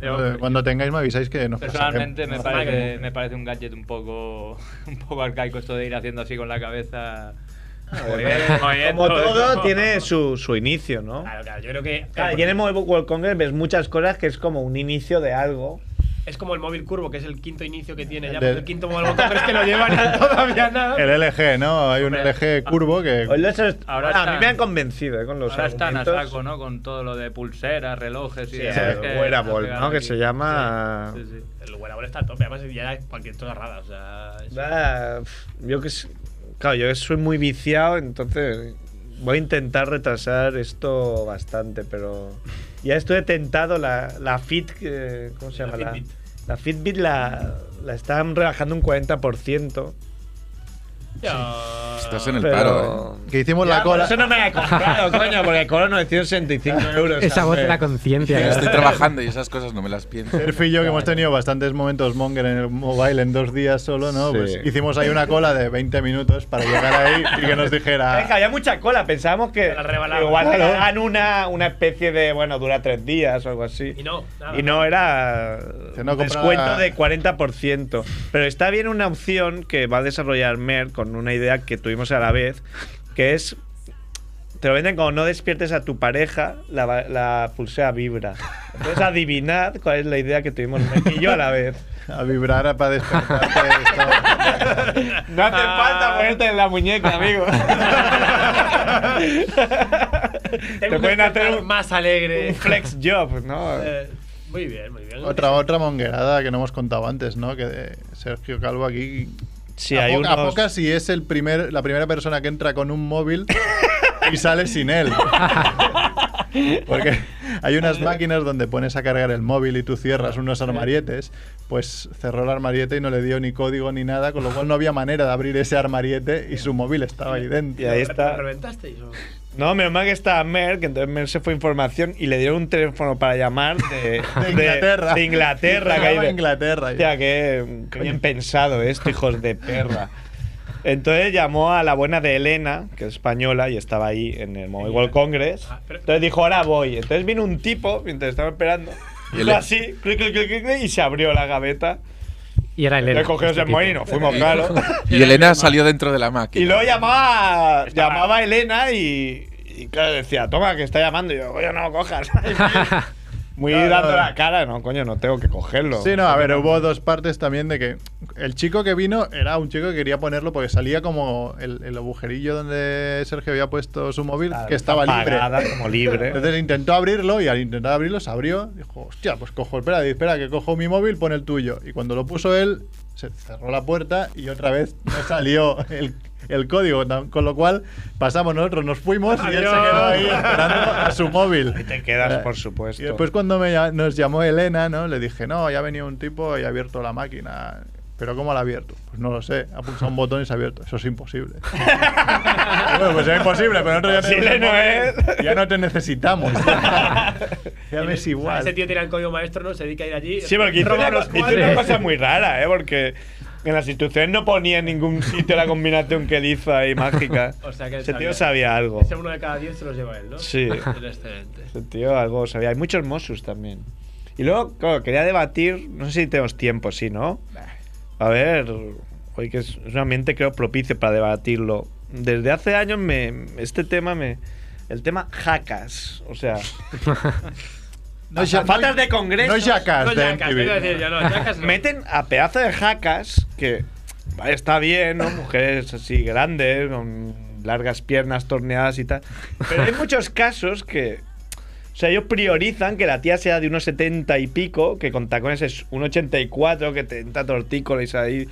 S3: Eh, Cuando tengáis me avisáis que nos
S2: *laughs*
S6: Personalmente me
S3: pasaremos.
S6: parece, me parece un gadget un poco, *laughs* un poco arcaico esto de ir haciendo así con la cabeza. Muy bien, muy bien,
S2: Ah, Como todo
S7: no.
S2: tiene su, su inicio, ¿no?
S7: Claro, claro, yo creo que.
S2: Claro, y en el Mobile World Congress ves muchas cosas que es como un inicio de algo.
S7: Es como el móvil curvo, que es el quinto inicio que tiene ya,
S3: Del-
S7: pero el quinto móvil pero es que no
S2: *laughs*
S7: llevan todavía nada.
S3: El LG, ¿no? Hay un LG curvo que.
S2: Hoy los-
S6: Ahora
S2: bueno, a mí
S6: están-
S2: me han convencido eh, con los
S6: Ahora están a
S2: argumentos.
S6: saco, ¿no? Con todo lo de pulseras, relojes y
S2: Sí,
S6: demás.
S2: el
S6: que
S2: wearable,
S7: Eh,
S6: han pegado
S2: ¿no? Que
S6: aquí.
S2: se llama-
S6: Sí, sí.
S7: El wearable está a tope, además ya es cualquier cosa rara, o sea... es-
S2: Ah, pf, yo que s- claro, yo soy muy viciado, entonces voy a intentar retrasar esto bastante, pero ya estoy tentado la, la Fit, que- ¿cómo se
S7: La
S2: llama? La
S7: Fitbit.
S2: la Fitbit la, la están rebajando un 40%.
S7: Ya,
S4: Estás en el
S2: Pero-
S4: paro, ¿eh?
S3: Que hicimos
S2: Ya,
S3: la
S2: pero
S3: cola.
S2: Eso no me la
S7: *laughs*
S2: he comprado, coño, porque cobro *laughs* 965 euros.
S1: Esa voz de la
S2: hombre.
S1: conciencia.
S4: Yo
S1: ¿no?
S4: Estoy trabajando y esas cosas no me las pienso.
S3: Serfi y yo, que hemos tenido bastantes momentos monger en el mobile en dos días solo, ¿no?
S2: Sí.
S3: Pues hicimos ahí una cola de 20 minutos para llegar ahí y que nos dijera.
S2: Es que había mucha cola, pensábamos que
S7: Te la rebalaban.
S2: igual te
S7: Claro.
S2: daban una, una especie de, bueno, dura tres días o algo así.
S7: Y no, nada.
S2: Y no era
S3: Se no
S2: un descuento
S3: compraba-
S2: de 40%. Pero está bien una opción que va a desarrollar Mer con una idea que tuvimos a la vez, que es, te lo venden como no despiertes a tu pareja, la, va- la pulsera vibra.
S3: *laughs*
S2: Entonces adivinad cuál es la idea que tuvimos Mer y yo a la vez.
S3: A vibrar para despertarte. esto.
S2: No hace
S7: Ah.
S2: falta ponerte en la muñeca, *laughs* amigo.
S7: Tengo
S2: Te
S7: que
S2: pueden hacer
S7: despertar
S2: un,
S7: más alegre.
S2: un flex job, Pues ¿no?
S7: Eh, muy bien, muy bien.
S3: otra, otra monguerada que no hemos contado antes, ¿no? Que eh, Sergio Calvo aquí.
S2: Sí,
S3: a,
S2: hay
S3: poca, a
S2: unos-
S3: poca si es el primer, la primera persona que entra con un móvil y sale sin
S2: *laughs*
S3: él. Porque hay unas máquinas donde pones a cargar el móvil y tú cierras unos armarietes. Pues cerró el armariete y no le dio ni código ni nada, con lo cual no había manera de abrir ese armariete y su móvil estaba ahí dentro.
S7: *laughs*
S2: Y ahí
S7: ¿Lo
S2: está.
S7: reventasteis? o?
S2: No, menos mal que estaba Mer, que entonces Mer se fue a información y le dieron un teléfono para llamar
S3: *laughs*
S2: de,
S3: De Inglaterra.
S2: De Inglaterra, que
S3: Estaba
S2: hay de-
S3: Inglaterra.
S2: Hostia, qué, qué bien pensado esto, hijos de perra. Entonces llamó a la buena de Elena, que es española y estaba ahí en el Mobile World Congress.
S7: Ah, pero-
S2: Entonces dijo, ahora voy. Entonces vino un tipo mientras estaba esperando.
S4: Y
S2: Y
S4: Elena-
S2: así, clic, clic, clic, clic, clic, y se abrió la gaveta.
S1: Y era Elena.
S2: Le cogió
S1: este
S2: ese
S1: tipo.
S2: molino, fuimos, claro.
S4: Y Elena salió dentro de la máquina.
S2: Y luego llamaba, llamaba a Elena y, y claro, decía, toma, que está llamando. Y yo, oye, no *laughs* cojas. Muy
S3: Claro.
S2: dando la cara, no, coño, no tengo que cogerlo.
S3: Sí, no, a ver, hubo dos partes también de que el chico que vino era un chico que quería ponerlo porque salía como el, el agujerillo donde Sergio había puesto su móvil,
S2: Claro,
S3: que estaba libre.
S2: apagada, eh.
S3: *laughs*
S2: como libre.
S3: Entonces intentó abrirlo y al intentar abrirlo se abrió. Dijo, hostia, pues cojo, espera, espera, que cojo mi móvil, pon el tuyo. Y cuando lo puso él, se cerró la puerta y otra vez no *laughs* salió el, el código. Tan- Con lo cual pasamos nosotros, nos fuimos y él se quedó ahí esperando a su móvil.
S2: Y te quedas,
S3: Eh,
S2: por supuesto.
S3: y después cuando me lla- nos llamó Elena, ¿no? Le dije, no, ya ha venido un tipo y ha abierto la máquina. ¿Pero cómo la ha abierto? Pues no lo sé. Ha pulsado un botón y se ha abierto. Eso es
S7: *laughs*
S3: imposible. bueno, pues es imposible, pero nosotros ya,
S2: Imposible
S3: tenemos el
S2: no
S3: móvil.
S2: es.
S3: ya no te
S7: *laughs*
S3: necesitamos. ya ves
S7: O sea,
S3: igual.
S7: ¿eh? Ese tío tiene el código maestro, ¿no? Se dedica a ir allí.
S2: Sí, porque hizo
S7: roba
S2: una,
S7: los
S2: hizo
S7: cuadros.
S2: una cosa muy rara, ¿eh? Porque en las instituciones no ponía en ningún sitio la combinación que él hizo ahí *laughs* mágica.
S7: O sea que él
S2: Ese tío
S7: sabía.
S2: sabía algo.
S7: Ese uno de cada diez se los lleva él, ¿no?
S2: Sí.
S7: *laughs* Excelente.
S2: Ese Este tío algo sabía. Hay muchos Mosus también. Y luego, claro, quería debatir, no sé si tenemos tiempo, sí, ¿no? A ver, hoy que es es un ambiente creo propicio para debatirlo. Desde hace años me, este tema me... El tema jacas, o sea,
S3: No, ya-
S2: faltas de
S3: No
S2: congresos.
S3: yacas
S7: No,
S3: de
S7: ya, casi, iba a decir,
S3: MTV.
S7: ya no, yacas no.
S2: meten a pedazo de jacas que vale, está bien, ¿no? Mujeres así grandes, con largas piernas torneadas y tal. Pero hay muchos casos que. O sea, ellos priorizan que la tía sea de unos 70 y pico, que con tacones es un 84, que te entra tortícolis ahí.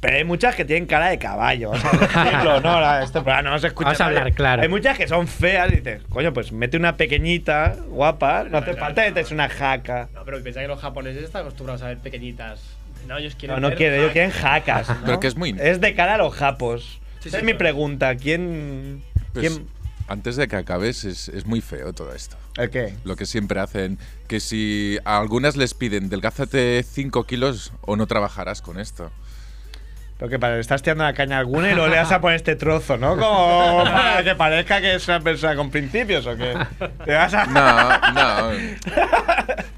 S2: Pero hay muchas que tienen cara de caballo. Vamos a decirlo, ¿no? Ahora, Este programa no se escucha.
S1: Vamos a
S2: nadie.
S1: hablar claro.
S2: Hay muchas que son feas y dices, coño, pues mete una pequeñita, guapa, no hace
S7: Claro,
S2: falta que te
S7: claro.
S2: des una jaca.
S7: No, pero piensa que los japoneses están acostumbrados a ver pequeñitas. No, ellos quieren.
S2: No, no
S7: ver-
S2: quiere, ellos
S3: *laughs*
S2: quieren jacas. ¿no?
S4: Pero que es muy-
S2: Es de cara a los japos.
S7: Sí,
S2: Esa
S7: sí,
S2: es mi
S7: claro.
S2: pregunta. ¿Quién.
S4: Pues,
S2: ¿Quién.?
S4: Antes de que acabes, es, es muy feo todo esto.
S2: ¿El qué?
S4: Lo que siempre hacen, que si a algunas les piden delgázate 5 kilos o no trabajarás con esto.
S2: Lo que para, le estás tirando la caña a alguna y lo le das a poner este trozo,
S6: *laughs*
S2: ¿no? Como para que parezca que es una persona con principios o que. Te vas a.
S4: No,
S2: *laughs*
S4: no.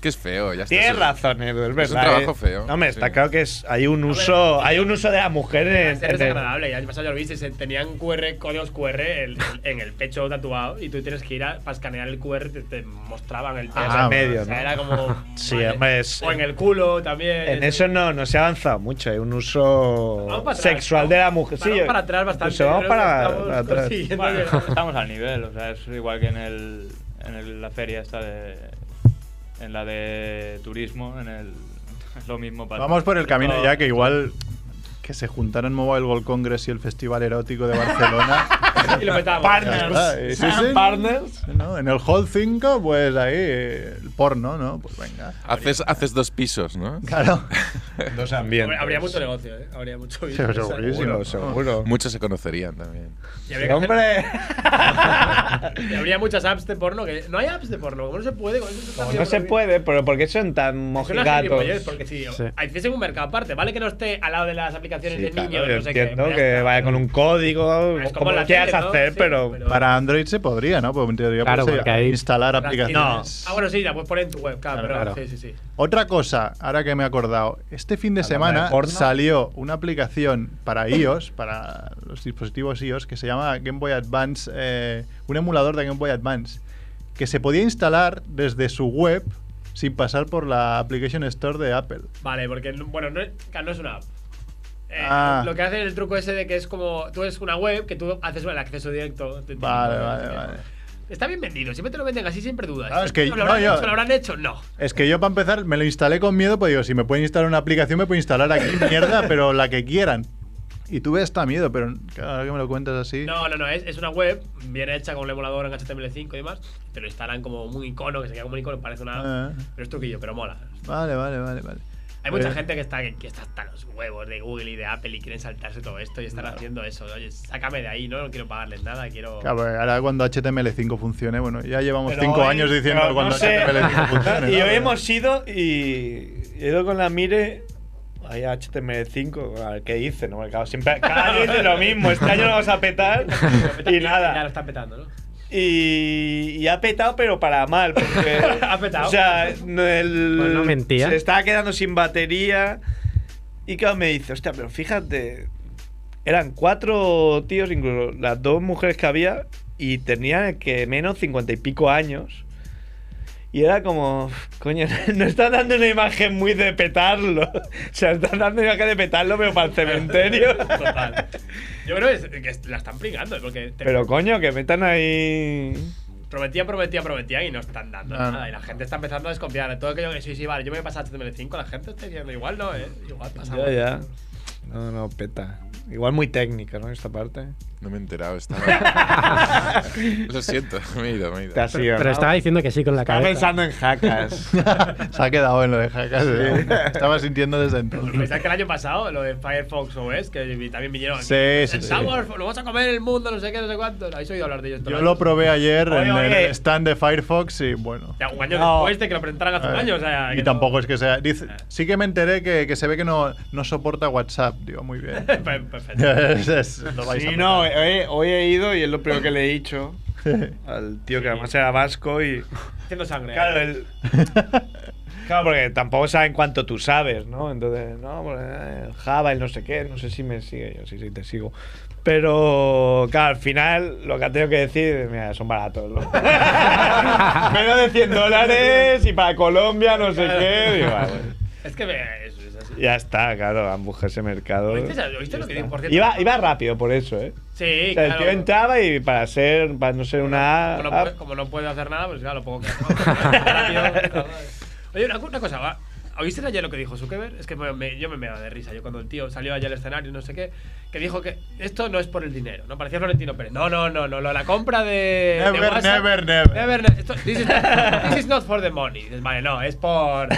S4: que es feo, ya está.
S2: Tienes razón, Edu, es verdad.
S4: un trabajo
S2: eh.
S4: feo,
S2: No, me está
S4: sí.
S2: claro que es, hay un uso. hay un uso de la mujer
S7: Este Es
S2: en. en-
S7: eh, desagradable, ya el año pasado ya lo viste, se tenían QR, códigos QR el- en el pecho tatuado y tú tienes que ir a, para escanear el QR, te, te mostraban el pecho.
S2: Ah,
S7: en
S2: medio,
S7: o sea,
S2: ¿no?
S7: era
S2: *laughs*
S7: como.
S2: Sí, hombre, es-
S7: O en el culo también. eh.
S2: en eso no, no se ha avanzado mucho. Hay un uso
S7: Vamos para atrás,
S2: sexual de la
S7: vamos-
S2: mujer. Sí,
S7: vamos
S2: yo-
S7: para atrás bastante,
S2: incluso vamos
S7: creo que
S2: para,
S7: estamos
S2: para atrás.
S7: consiguiendo
S6: Bueno,
S7: que-
S6: estamos al nivel, o sea, es igual que en, el, en el- la feria esta de. En la de turismo, en el. *laughs* Es lo mismo para.
S3: Vamos por el camino
S6: Todo.
S7: *laughs*
S3: ya que igual que se juntaron Mobile World Congress y el Festival Erótico de Barcelona.
S7: y lo petábamos.
S3: Ah, eh,
S2: Partners.
S3: sí,
S2: *laughs*
S3: sí.
S2: Partners.
S3: ¿no? En el Hall 5, pues ahí, eh, el porno, ¿no? Pues venga.
S4: Haces, haces dos pisos, ¿no?
S3: Claro.
S2: Dos
S7: Habría-
S2: ambientes.
S7: Habría mucho negocio, ¿eh? Habría mucho
S3: Seguro,
S2: Seguro, seguro.
S4: Muchos se conocerían también.
S7: Y habría, que hacer-
S2: Hombre.
S7: *laughs* y habría muchas apps de porno. que No hay apps de porno. ¿Cómo no se puede? Eso está
S2: Como
S7: haciendo
S2: no se
S7: bien.
S2: puede, pero ¿por qué son tan
S7: Es una gilipollez,
S2: mojigatos?
S7: Porque si
S1: Sí.
S7: hiciesen un mercado aparte, vale que no esté al lado de las aplicaciones
S2: Sí,
S7: de
S2: claro,
S7: niños,
S2: yo
S7: no sé qué.
S2: entiendo
S7: pero ya
S2: que
S7: está.
S2: vaya con un código,
S7: Es como
S2: como
S7: en
S2: lo
S7: la
S2: quieras
S7: tele, ¿no?
S2: hacer,
S7: Sí,
S2: pero,
S7: pero-
S3: Para Android se podría, ¿no? Pues en teoría
S1: Claro,
S3: puedes,
S1: porque
S3: eh,
S1: ahí-
S3: instalar
S7: Las
S3: aplicaciones.
S7: tiendas. Ah, bueno, sí, la puedes poner en tu web, claro.
S1: Claro,
S7: pero-
S1: claro.
S7: Sí, sí, sí.
S3: Otra cosa, ahora que me he acordado, este fin de
S2: Hablando de
S3: semana
S2: porno.
S3: salió una aplicación para iOS, para los dispositivos iOS, que se llama Game Boy Advance, eh, un emulador de Game Boy Advance, que se podía instalar desde su web sin pasar por la Application Store de Apple.
S7: Vale, porque, no- bueno, no es, claro, no es una app. Eh,
S3: Ah.
S7: Lo que hace el truco ese de que es como. Tú es una web que tú haces el acceso directo. te- te-
S3: Vale,
S7: no sé
S3: vale,
S7: qué.
S3: vale.
S7: Está bien vendido, siempre te lo venden así, siempre dudas.
S3: Ah, es que-
S7: ¿Lo
S3: no,
S7: habrán
S3: yo-
S7: hecho? ¿Lo habrán hecho? No.
S3: Es que yo para empezar me lo instalé con miedo, pues digo, si me pueden instalar una aplicación me pueden instalar
S2: *laughs*
S3: aquí mierda, pero la que quieran. Y tuve hasta miedo, pero claro, ahora que me lo cuentas así...
S7: No, no, no, es, es una web bien hecha con un emulador en HTML5 y demás. Te lo instalan como un icono, que se queda como un icono, parece una.
S3: Ah,
S7: Pero es truquillo, pero mola.
S3: vale, vale, vale, vale.
S7: Hay mucha
S3: Eh,
S7: gente que está, que está hasta los huevos de Google y de Apple y quieren saltarse todo esto y están haciendo eso. Oye, sácame de ahí, ¿no? No quiero pagarles nada, quiero.
S3: Claro, porque ahora cuando HTML5 funcione, bueno, ya llevamos
S2: Pero
S3: 5
S2: hoy-
S3: años diciendo
S2: pero no
S3: cuando
S2: sé. *laughs*
S3: HTML5 funcione.
S2: Y
S3: ¿no?
S2: hoy hemos ido y he ido con la mire. Ahí a HTML5, a ver, ¿qué dice? No, Porque, claro, siempre, cada año dice lo mismo, este año lo vamos a petar
S7: Ya *laughs*
S2: y
S7: lo
S2: nada.
S7: están petando, ¿no?
S2: Y, y ha petado, pero para mal. Porque,
S7: *laughs* Ha petado.
S2: O sea, no, el-
S1: Pues no mentía.
S2: se estaba quedando sin batería. Y claro, me dice, hostia, pero fíjate, eran cuatro tíos, incluso las dos mujeres que había, y tenían que menos cincuenta y pico años. Y era como, coño, *laughs* no están dando una imagen muy de petarlo. *laughs* O sea, están dando una imagen de petarlo, pero para el
S7: *laughs*
S2: cementerio.
S7: Total. Yo creo es- que es- la están pringando, porque te
S2: Pero coño, que metan ahí.
S7: prometían, prometían, prometían y no están dando
S2: Ah.
S3: No, no.
S7: nada. Y la gente está empezando a desconfiar. de Todo aquello que sí, sí, vale, yo me voy a pasar a HTML5, la gente está diciendo igual, ¿no? ¿eh? Igual pasa
S2: Ya, ya. No, no, peta. Igual muy técnica, ¿no? Esta parte.
S4: No me he enterado, estaba.
S2: *laughs*
S4: Lo siento, me he ido, me he ido.
S2: Te has ido,
S1: Pero
S2: ¿no?
S1: estaba diciendo que sí con la
S2: Estaba
S1: cabeza.
S2: pensando en jacas.
S3: *laughs*
S4: *laughs*
S3: Se ha quedado en lo de hackers. ¿eh? Estaba sintiendo desde
S2: Pues
S3: entonces.
S7: Pensad que el año pasado, lo de Firefox OS, que también vinieron. aquí,
S3: Sí, sí, sí.
S7: "El Summer, lo vamos a comer el mundo, no sé qué, no sé cuánto. ¿Habéis oído hablar de ellos?
S3: Yo lo probé ayer
S2: Oye,
S3: en
S2: oye.
S3: el stand de Firefox y bueno.
S7: Ya, un año
S2: No.
S7: después de que lo presentaran hace un año, o sea.
S3: Eh,
S7: que
S3: y
S7: no-
S3: tampoco es que sea. dice-
S2: Ah.
S3: sí que me enteré que, que se ve que no, no soporta WhatsApp. Digo, muy
S2: *laughs*
S3: bien.
S7: Pe- *laughs*
S3: *laughs*
S7: Perfecto.
S3: Es- es- lo vais a
S2: Sí, no, eh. hoy, hoy he ido y es lo peor que le he dicho al tío que además era vasco y...
S7: Haciendo sangre. ¿eh?
S2: Claro, el- claro, porque tampoco saben cuánto tú sabes, ¿no? Entonces, no, pues, eh, el Java, el no sé qué, no sé si me sigue yo, sí, sí, te sigo. Pero, claro, al final lo que ha tenido que decir, mira, son baratos. ¿no? Menos de 100 dólares y para Colombia, no sé qué. Digo, ah, bueno.
S7: Es que me- es, es así.
S2: Ya está, claro, han buscado ese mercado.
S7: ¿Oíste, oíste lo que dijo, por cierto?
S2: Iba, iba rápido por eso, ¿eh?
S7: Sí,
S2: O sea, el
S7: claro.
S2: tío entraba y para ser, para no ser una ah,
S7: Como no,
S2: app,
S7: puede, como no puede hacer nada, pues claro, lo pongo
S3: *laughs*
S7: que rápido. Oye, una, una cosa, va. ¿Oíste ayer lo que dijo Zuckerberg? Es que me- me- yo me meaba de risa. Yo cuando el tío salió allá al escenario, no sé qué, que dijo que esto no es por el dinero, ¿no? Parecía Florentino Pérez. No, no, no, no, lo- la compra de. de
S3: Never,
S7: WhatsApp-
S3: never, never.
S7: Never, ne- esto- this, is not, this is not for the money. Dices, vale, no, es por.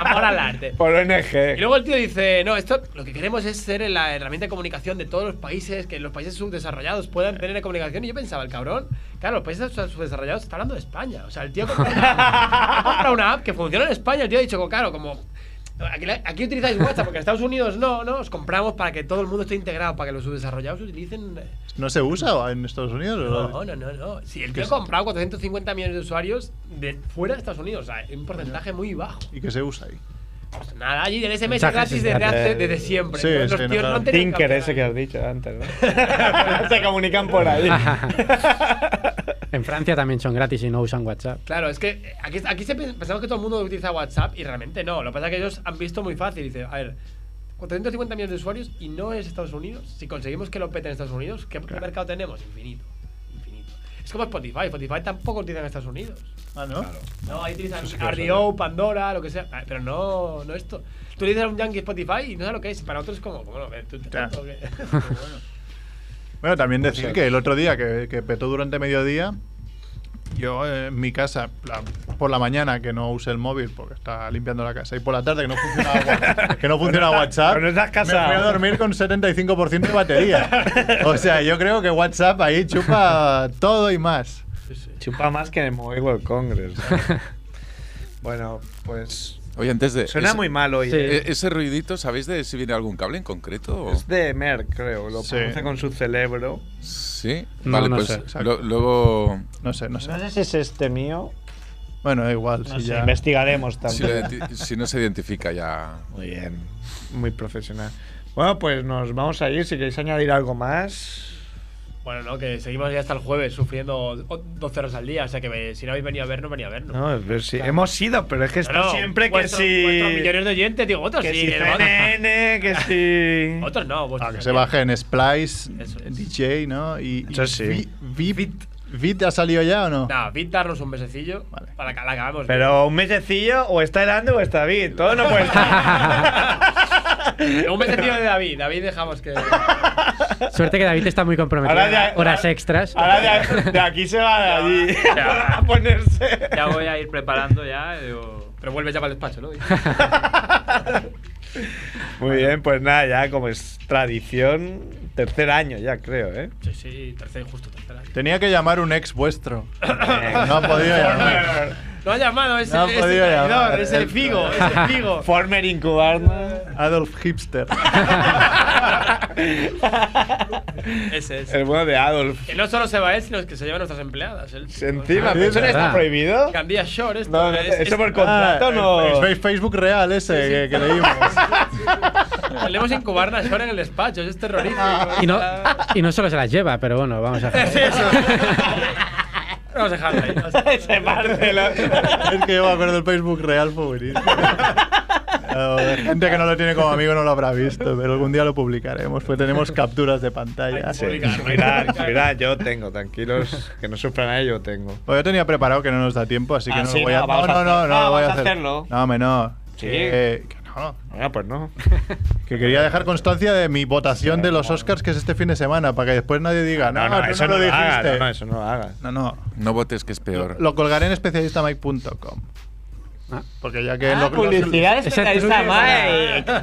S7: Amor al arte.
S2: por ONG.
S7: Y luego el tío dice, no, esto lo que queremos es ser la herramienta de comunicación de todos los países, que los países subdesarrollados puedan tener comunicación. Y yo pensaba, el cabrón, claro, los países subdesarrollados está hablando de España. O sea, el tío compra ha comprado una app que funciona en España. El tío ha dicho, "Pues claro, como... Aquí, la- aquí utilizáis WhatsApp porque en Estados Unidos no, no, os compramos para que todo el mundo esté integrado, para que los subdesarrollados
S3: *laughs*
S7: utilicen... eh,
S3: ¿No se usa en Estados Unidos?
S7: No, no, no, no. Si el tío ha comprado 450 millones de usuarios de fuera de Estados Unidos, o sea, un porcentaje muy bajo.
S3: ¿Y que se usa ahí?
S7: Pues nada, allí el SMS
S1: Mensajes
S7: gratis desde,
S1: instantáneos.
S7: hace- desde siempre.
S3: Sí,
S7: ¿no?
S3: sí,
S7: Los
S3: no,
S7: tíos no
S3: claro.
S7: han tenido
S2: Tinker
S7: que
S2: ese que
S7: hablar.
S2: has dicho antes,
S7: *laughs*
S2: ¿no? *laughs* Se comunican por ahí.
S1: En Francia también son gratis y no usan WhatsApp.
S7: Claro, es que aquí, aquí se pe- pensamos que todo el mundo utiliza WhatsApp y realmente no. Lo que pasa es que ellos han visto muy fácil. Dice, a ver, 450 millones de usuarios y no es Estados Unidos. Si conseguimos que lo peten en Estados Unidos, ¿qué mercado tenemos? Infinito. Infinito. Es como Spotify. Spotify tampoco utiliza en Estados Unidos.
S3: Ah, ¿no?
S7: No, ahí utilizan
S3: sí que lo
S7: RDO, Pandora, lo que sea. Ah, Pero no, no esto.
S3: *laughs*
S7: Tú le dices a un yankee Spotify y no sabes lo que es. Para otros es como, bueno, a ver, tú te
S3: Claro.
S7: tanto que- Pero bueno.
S3: Bueno, también decir
S2: Pues, eh.
S3: que el otro día que, que petó durante mediodía, yo eh, en mi casa, la- por la mañana que no use el móvil porque está limpiando la casa, y por la tarde que no funciona,
S2: *laughs*
S3: wa- que no funciona
S2: Pero no estás-
S3: WhatsApp,
S2: pero no estás casado.
S3: me fui a dormir con 75% de batería. O sea, yo creo que WhatsApp ahí chupa todo y más.
S2: Chupa más que en el Mobile World Congress.
S4: *laughs*
S2: ¿no? bueno, pues.
S4: Oye, antes de.
S2: Suena
S4: ese-
S2: muy mal hoy.
S6: Sí.
S4: e- Ese ruidito, ¿sabéis de si viene algún cable en concreto? o-
S2: Es de Merck, creo. Lo
S3: Sí.
S2: produce con su cerebro.
S4: Sí.
S1: No,
S4: Vale,
S1: no
S4: pues
S1: sé,
S3: exacto.
S4: lo- luego.
S3: No sé, no sé.
S2: No sé si es este mío.
S3: Bueno, da igual.
S2: No
S3: si
S2: sé,
S3: ya-
S2: investigaremos
S4: Si, lo
S2: también.
S4: identi- si no se identifica ya.
S2: Muy bien. Muy profesional. Bueno, pues nos vamos a ir. Si queréis añadir algo más.
S7: Bueno, no, que seguimos ya hasta el jueves sufriendo o- 12 horas al día. O sea que me- si no habéis venido a vernos, venía a vernos.
S2: No, a ver si. Hemos ido, pero es que está
S7: No, no,
S2: siempre que
S7: vuestros-
S2: si.
S7: vuestros millones de oyentes, digo, otros
S2: que
S7: sí.
S2: si
S7: el otro-
S2: CNN, que *laughs* si.
S7: Otros no,
S3: Ah,
S7: vosotros
S3: que
S7: sí.
S3: se baje en Splice,
S7: Eso es.
S3: DJ, ¿no? Y, y
S2: Eso sí.
S3: Vi- Vi- ¿Vit ha salido ya o no?
S7: Nada, vid darnos un mesecillo
S3: Vale.
S7: para que la acabemos. bien.
S2: Pero un mesecillo, o está el Andy o está David. Todo no puede *laughs* estar.
S7: Un mesecillo de David. David, dejamos que.
S1: Suerte que David está muy comprometido.
S2: Ahora ya-
S1: Horas
S2: ahora-
S1: extras.
S2: Ahora de, de aquí se va de allí
S6: Ya.
S2: *laughs* a *laughs* ponerse.
S6: Ya voy a ir preparando ya. eh, digo,
S7: Pero vuelves ya para el despacho, ¿no?
S2: *laughs* Muy bien, pues nada, ya como es tradición, tercer año ya creo, *laughs* ¿eh?
S7: sí, sí, tercer, justo tercera.
S3: Tenía que llamar un ex vuestro. Eh,
S2: Eh,
S3: no ha podido llamar.
S7: Lo ha llamado ese,
S3: No ha
S7: ese
S3: podido
S7: traidor,
S3: llamar.
S7: ese Figo,
S3: *laughs*
S7: ese Figo.
S6: *laughs*
S2: Former *laughs* incubarna.
S3: Adolf Hipster.
S7: ese, ese.
S2: El bueno de Adolf.
S7: Que no solo se va él, sino que se lleva a nuestras empleadas. él.
S1: Sí,
S2: Encima, pero ¿eso
S1: verdad.
S2: no está prohibido?
S7: Cambia short esto.
S2: No, no,
S7: es-
S2: eso
S7: es-
S2: por contrato no.
S3: Ah, eh, Es Facebook real ese Que, que leímos.
S7: Solemos incubar la short en el despacho, eso es terrorífico.
S1: Y no, y no solo se las lleva, pero bueno, vamos a
S7: Es
S1: dejar.
S7: eso. Vamos a dejarla ahí. vamos a dejarla.
S2: Ese Marcelo.
S3: es que yo me acuerdo del Facebook real favorito. Ah, gente que no lo tiene como amigo no lo habrá visto, pero algún día lo publicaremos, pues tenemos capturas de pantalla.
S2: Sí,
S7: Publicar,
S2: *laughs* subirá,
S7: publicar.
S2: subirá, yo tengo, tranquilos, que no sufra nadie, yo tengo.
S3: Pues yo tenía preparado que no nos da tiempo, así que
S2: Ah,
S3: no
S2: sí,
S3: lo voy
S2: no,
S3: a
S2: vamos
S3: No, no,
S2: a
S3: no,
S2: hacer-
S3: no
S2: ah,
S3: lo voy a
S2: vamos a
S3: hacer.
S2: hacerlo.
S3: No, hombre, no. Eh,
S2: Sí.
S3: Que- que no.
S2: Ah, pues no.
S3: *laughs* Que quería dejar constancia de mi votación de los Oscars que es este fin de semana, para que después nadie diga, no, tú no lo
S2: lo
S3: dijiste.
S2: hagas, no, no, eso no lo hagas.
S3: No, no.
S4: No votes que es peor.
S3: Lo colgaré en especialistamike.com.
S1: Ah.
S3: Porque ya que en los- *laughs*
S2: publicidad
S1: especialista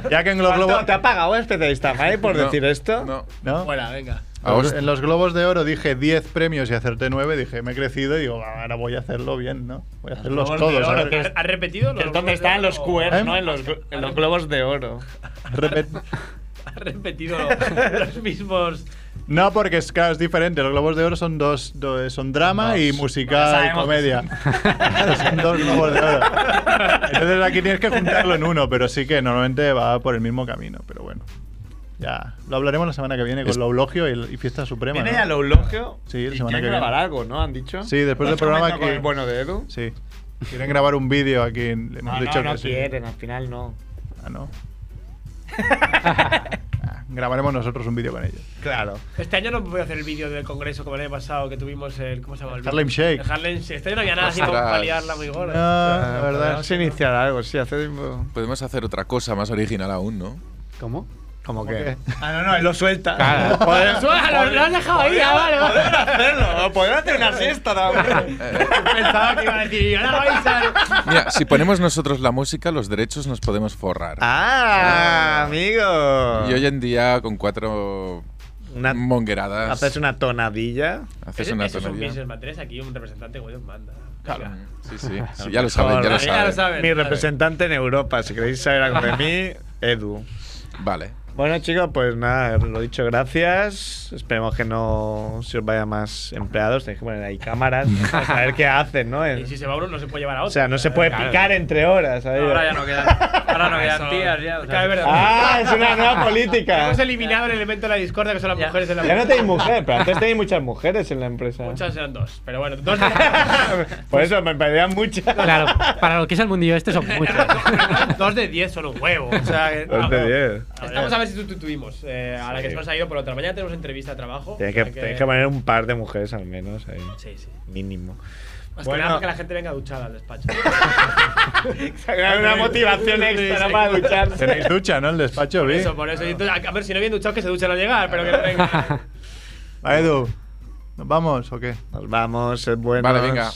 S3: los- ya que en los globos
S2: ¿Te ha pagado especialista Mike por
S4: No,
S2: decir esto?
S4: No.
S3: ¿no?
S7: Fuera, venga.
S4: A
S3: Los-
S4: vos-
S3: en los globos de oro dije 10 premios y acerté 9, dije, me he crecido y digo, "Ah, ahora voy a hacerlo bien, ¿no? Voy a hacerlos
S2: Globos de
S3: todos.
S2: Oro,
S3: a ver".
S2: que es-
S7: ¿Has repetido? los
S2: Que es donde
S7: globos
S2: están
S7: de
S2: los
S7: oro?
S2: QR, ¿no? En los, glo- en los globos de oro.
S3: Repet-
S7: ¿Has repetido los mismos.
S3: No, porque es, claro, es diferente. Los globos de oro son dos, dos- son drama y musical,
S2: sabemos
S3: comedia. son dos globos de oro. Entonces aquí tienes que juntarlo en uno, pero sí que normalmente va por el mismo camino, pero bueno. Ya, lo hablaremos la semana que viene con
S4: Es-
S3: lo Oblogio y, el- y Fiesta Suprema.
S2: Viene
S3: ¿no?
S2: ya el eulogio.
S3: Sí, la semana
S2: y quieren
S3: que viene.
S2: grabar algo, ¿no? Han dicho.
S3: Sí, después del
S2: ¿Lo has
S3: programa
S2: comentado con
S3: que-
S2: el bueno de Edu.
S3: Sí. Quieren grabar un vídeo aquí. en- le hemos
S2: No,
S3: dicho
S2: no, no
S3: que sí.
S2: quieren, al final no.
S3: Ah, no. *laughs* Ah, Grabaremos nosotros un vídeo con ellos.
S2: Claro.
S7: Este año no voy a hacer el vídeo del congreso como el año pasado que tuvimos el. ¿Cómo se llama el vídeo?
S3: Harlem Shake.
S7: El Harlem Shake. Este año no había nada así como
S4: Ostras.
S7: para liarla muy
S3: No,
S7: gorda.
S2: Ah,
S3: la verdad.
S2: Vamos a iniciar algo, sí, hace tiempo.
S4: Podemos hacer otra cosa más original aún, ¿no?
S1: ¿Cómo?
S2: ¿Cómo
S3: qué?
S2: que? Ah, no, no, él lo suelta.
S3: Claro.
S2: *laughs* Podemos-
S7: Suéltalo, lo has dejado ahí, ah, vale, vale.
S2: Podemos hacerlo, podemos hacer una siesta también.
S3: *laughs*
S7: Pensaba que iba a decir, "Y ahora vais a-".
S4: Mira, si ponemos nosotros la música, los derechos nos podemos forrar.
S2: Ah, amigo.
S4: Y hoy en día, con cuatro
S2: Una-
S4: mongeradas,
S2: haces una tonadilla.
S4: haces
S7: Ese-
S4: una
S7: Eso es un
S4: tonadilla.
S7: business man. Tenéis aquí un representante que os manda. Venga.
S4: Sí, sí, sí, ya lo saben, ya
S2: Joder,
S4: lo
S7: Ya lo
S4: saben.
S7: saben.
S2: Mi representante en Europa, si queréis saber
S3: *laughs*
S2: algo de mí, Edu.
S4: Vale.
S2: Bueno, chicos, pues nada, lo dicho, gracias. Esperemos que no se os vaya más empleados. Tenéis que poner ahí cámaras para saber qué hacen, ¿no?
S7: Y si se va uno, no se puede llevar a otro.
S2: O sea, no se puede picar entre horas. ¿sabéis?
S6: Ahora ya no quedan,
S2: *laughs*
S6: ahora no quedan
S7: Eso-
S6: tías ya. o sea,
S7: Claro, es verdad.
S2: Ah, es una
S7: *laughs*
S2: nueva política.
S7: Hemos eliminado el elemento de la discordia que son las
S6: Ya.
S7: mujeres de la
S2: Ya no tenéis mujer, pero antes tenéis muchas mujeres en la empresa.
S7: Muchas eran dos, pero bueno, dos.
S2: *laughs* Por eso me parecían muchas.
S1: Claro, para lo que es el mundillo este son muchos.
S7: *laughs* Dos de diez son un huevo. O
S2: *laughs*
S7: sea, que-
S2: Dos de diez.
S7: Estamos a ver si sustituimos eh, a la que
S2: Sí.
S7: se nos ha ido por otra. Mañana tenemos entrevista de trabajo.
S2: Tienes que,
S7: o sea
S2: tienes que poner un par de mujeres al menos ahí.
S7: Sí, sí.
S2: Mínimo.
S7: Más que
S2: Bueno.
S7: nada para que la gente venga duchada al despacho.
S2: Una motivación extra para ducharse.
S3: Tenéis ducha, ¿no? El despacho,
S7: Por
S3: vi.
S7: eso, por eso. Y entonces, a a ver, si no bien duchado, que se duchen al llegar, pero que no vengan.
S3: Va, Edu, ¿nos vamos o qué?
S2: Nos vamos, sed buenos.
S4: Vale, venga.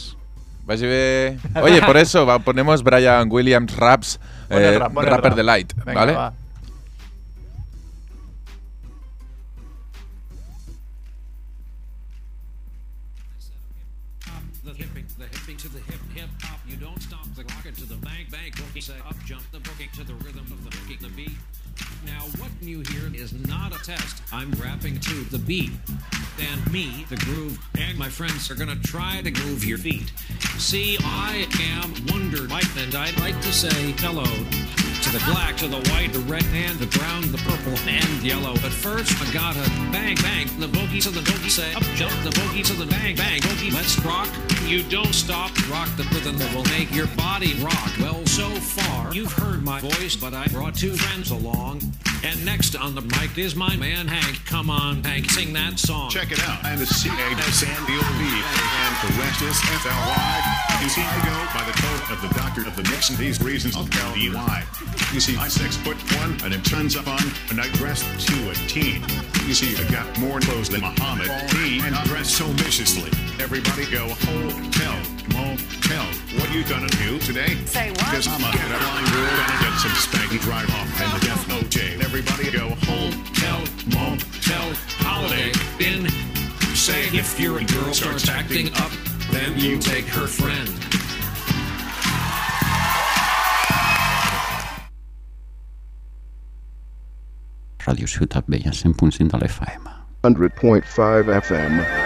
S4: Vagi bé. Oye, por eso va, ponemos Brian Williams Raps,
S3: Ponle
S4: eh,
S3: rap, ponle
S4: Rapper
S3: rap.
S4: Delight,
S3: Venga,
S4: ¿vale?
S3: va.
S8: the hippie, the hippie to the hip, hip hop. You don't stop the rocket to the bang bang boogie. Say up jump the boogie to the rhythm of the boogie, the beat. Now what you hear is not a test. I'm rapping to the beat, and me, the groove, and my friends are gonna try to groove your feet. See, I am Wonder Mike, and I'd like to say hello to the black, to the white, the red, and the brown, the purple, and yellow. But first, I gotta bang bang the boogie to the boogie. Say up jump the boogie to the bang bang boogie. Let's rock. You don't stop. Rock the rhythm that will make your body rock. Well, so far you've heard my voice, but I brought two friends along. And next on the mic is my man Hank. Come on, Hank, sing that song.
S9: Check it out. I'm the C A S N D O V and the rest is F L Y. You see, I go by the code of the doctor of the mix and these reasons of L E Y. You see, I'm six foot one and it turns up on and I dress to a T. You see, I got more clothes than Muhammad Ali and I dress so viciously. Everybody go hotel, motel. What you gonna do today?
S10: Say what?
S9: Cause I'ma get a line rule and get some spank and drive off and the death OJ. Everybody go hotel, motel,
S8: holiday in. Say if your girl starts acting up, then you take her friend.
S11: Ràdio Ciutat Vella, 100.5 de l'FM.
S12: 100.5 FM.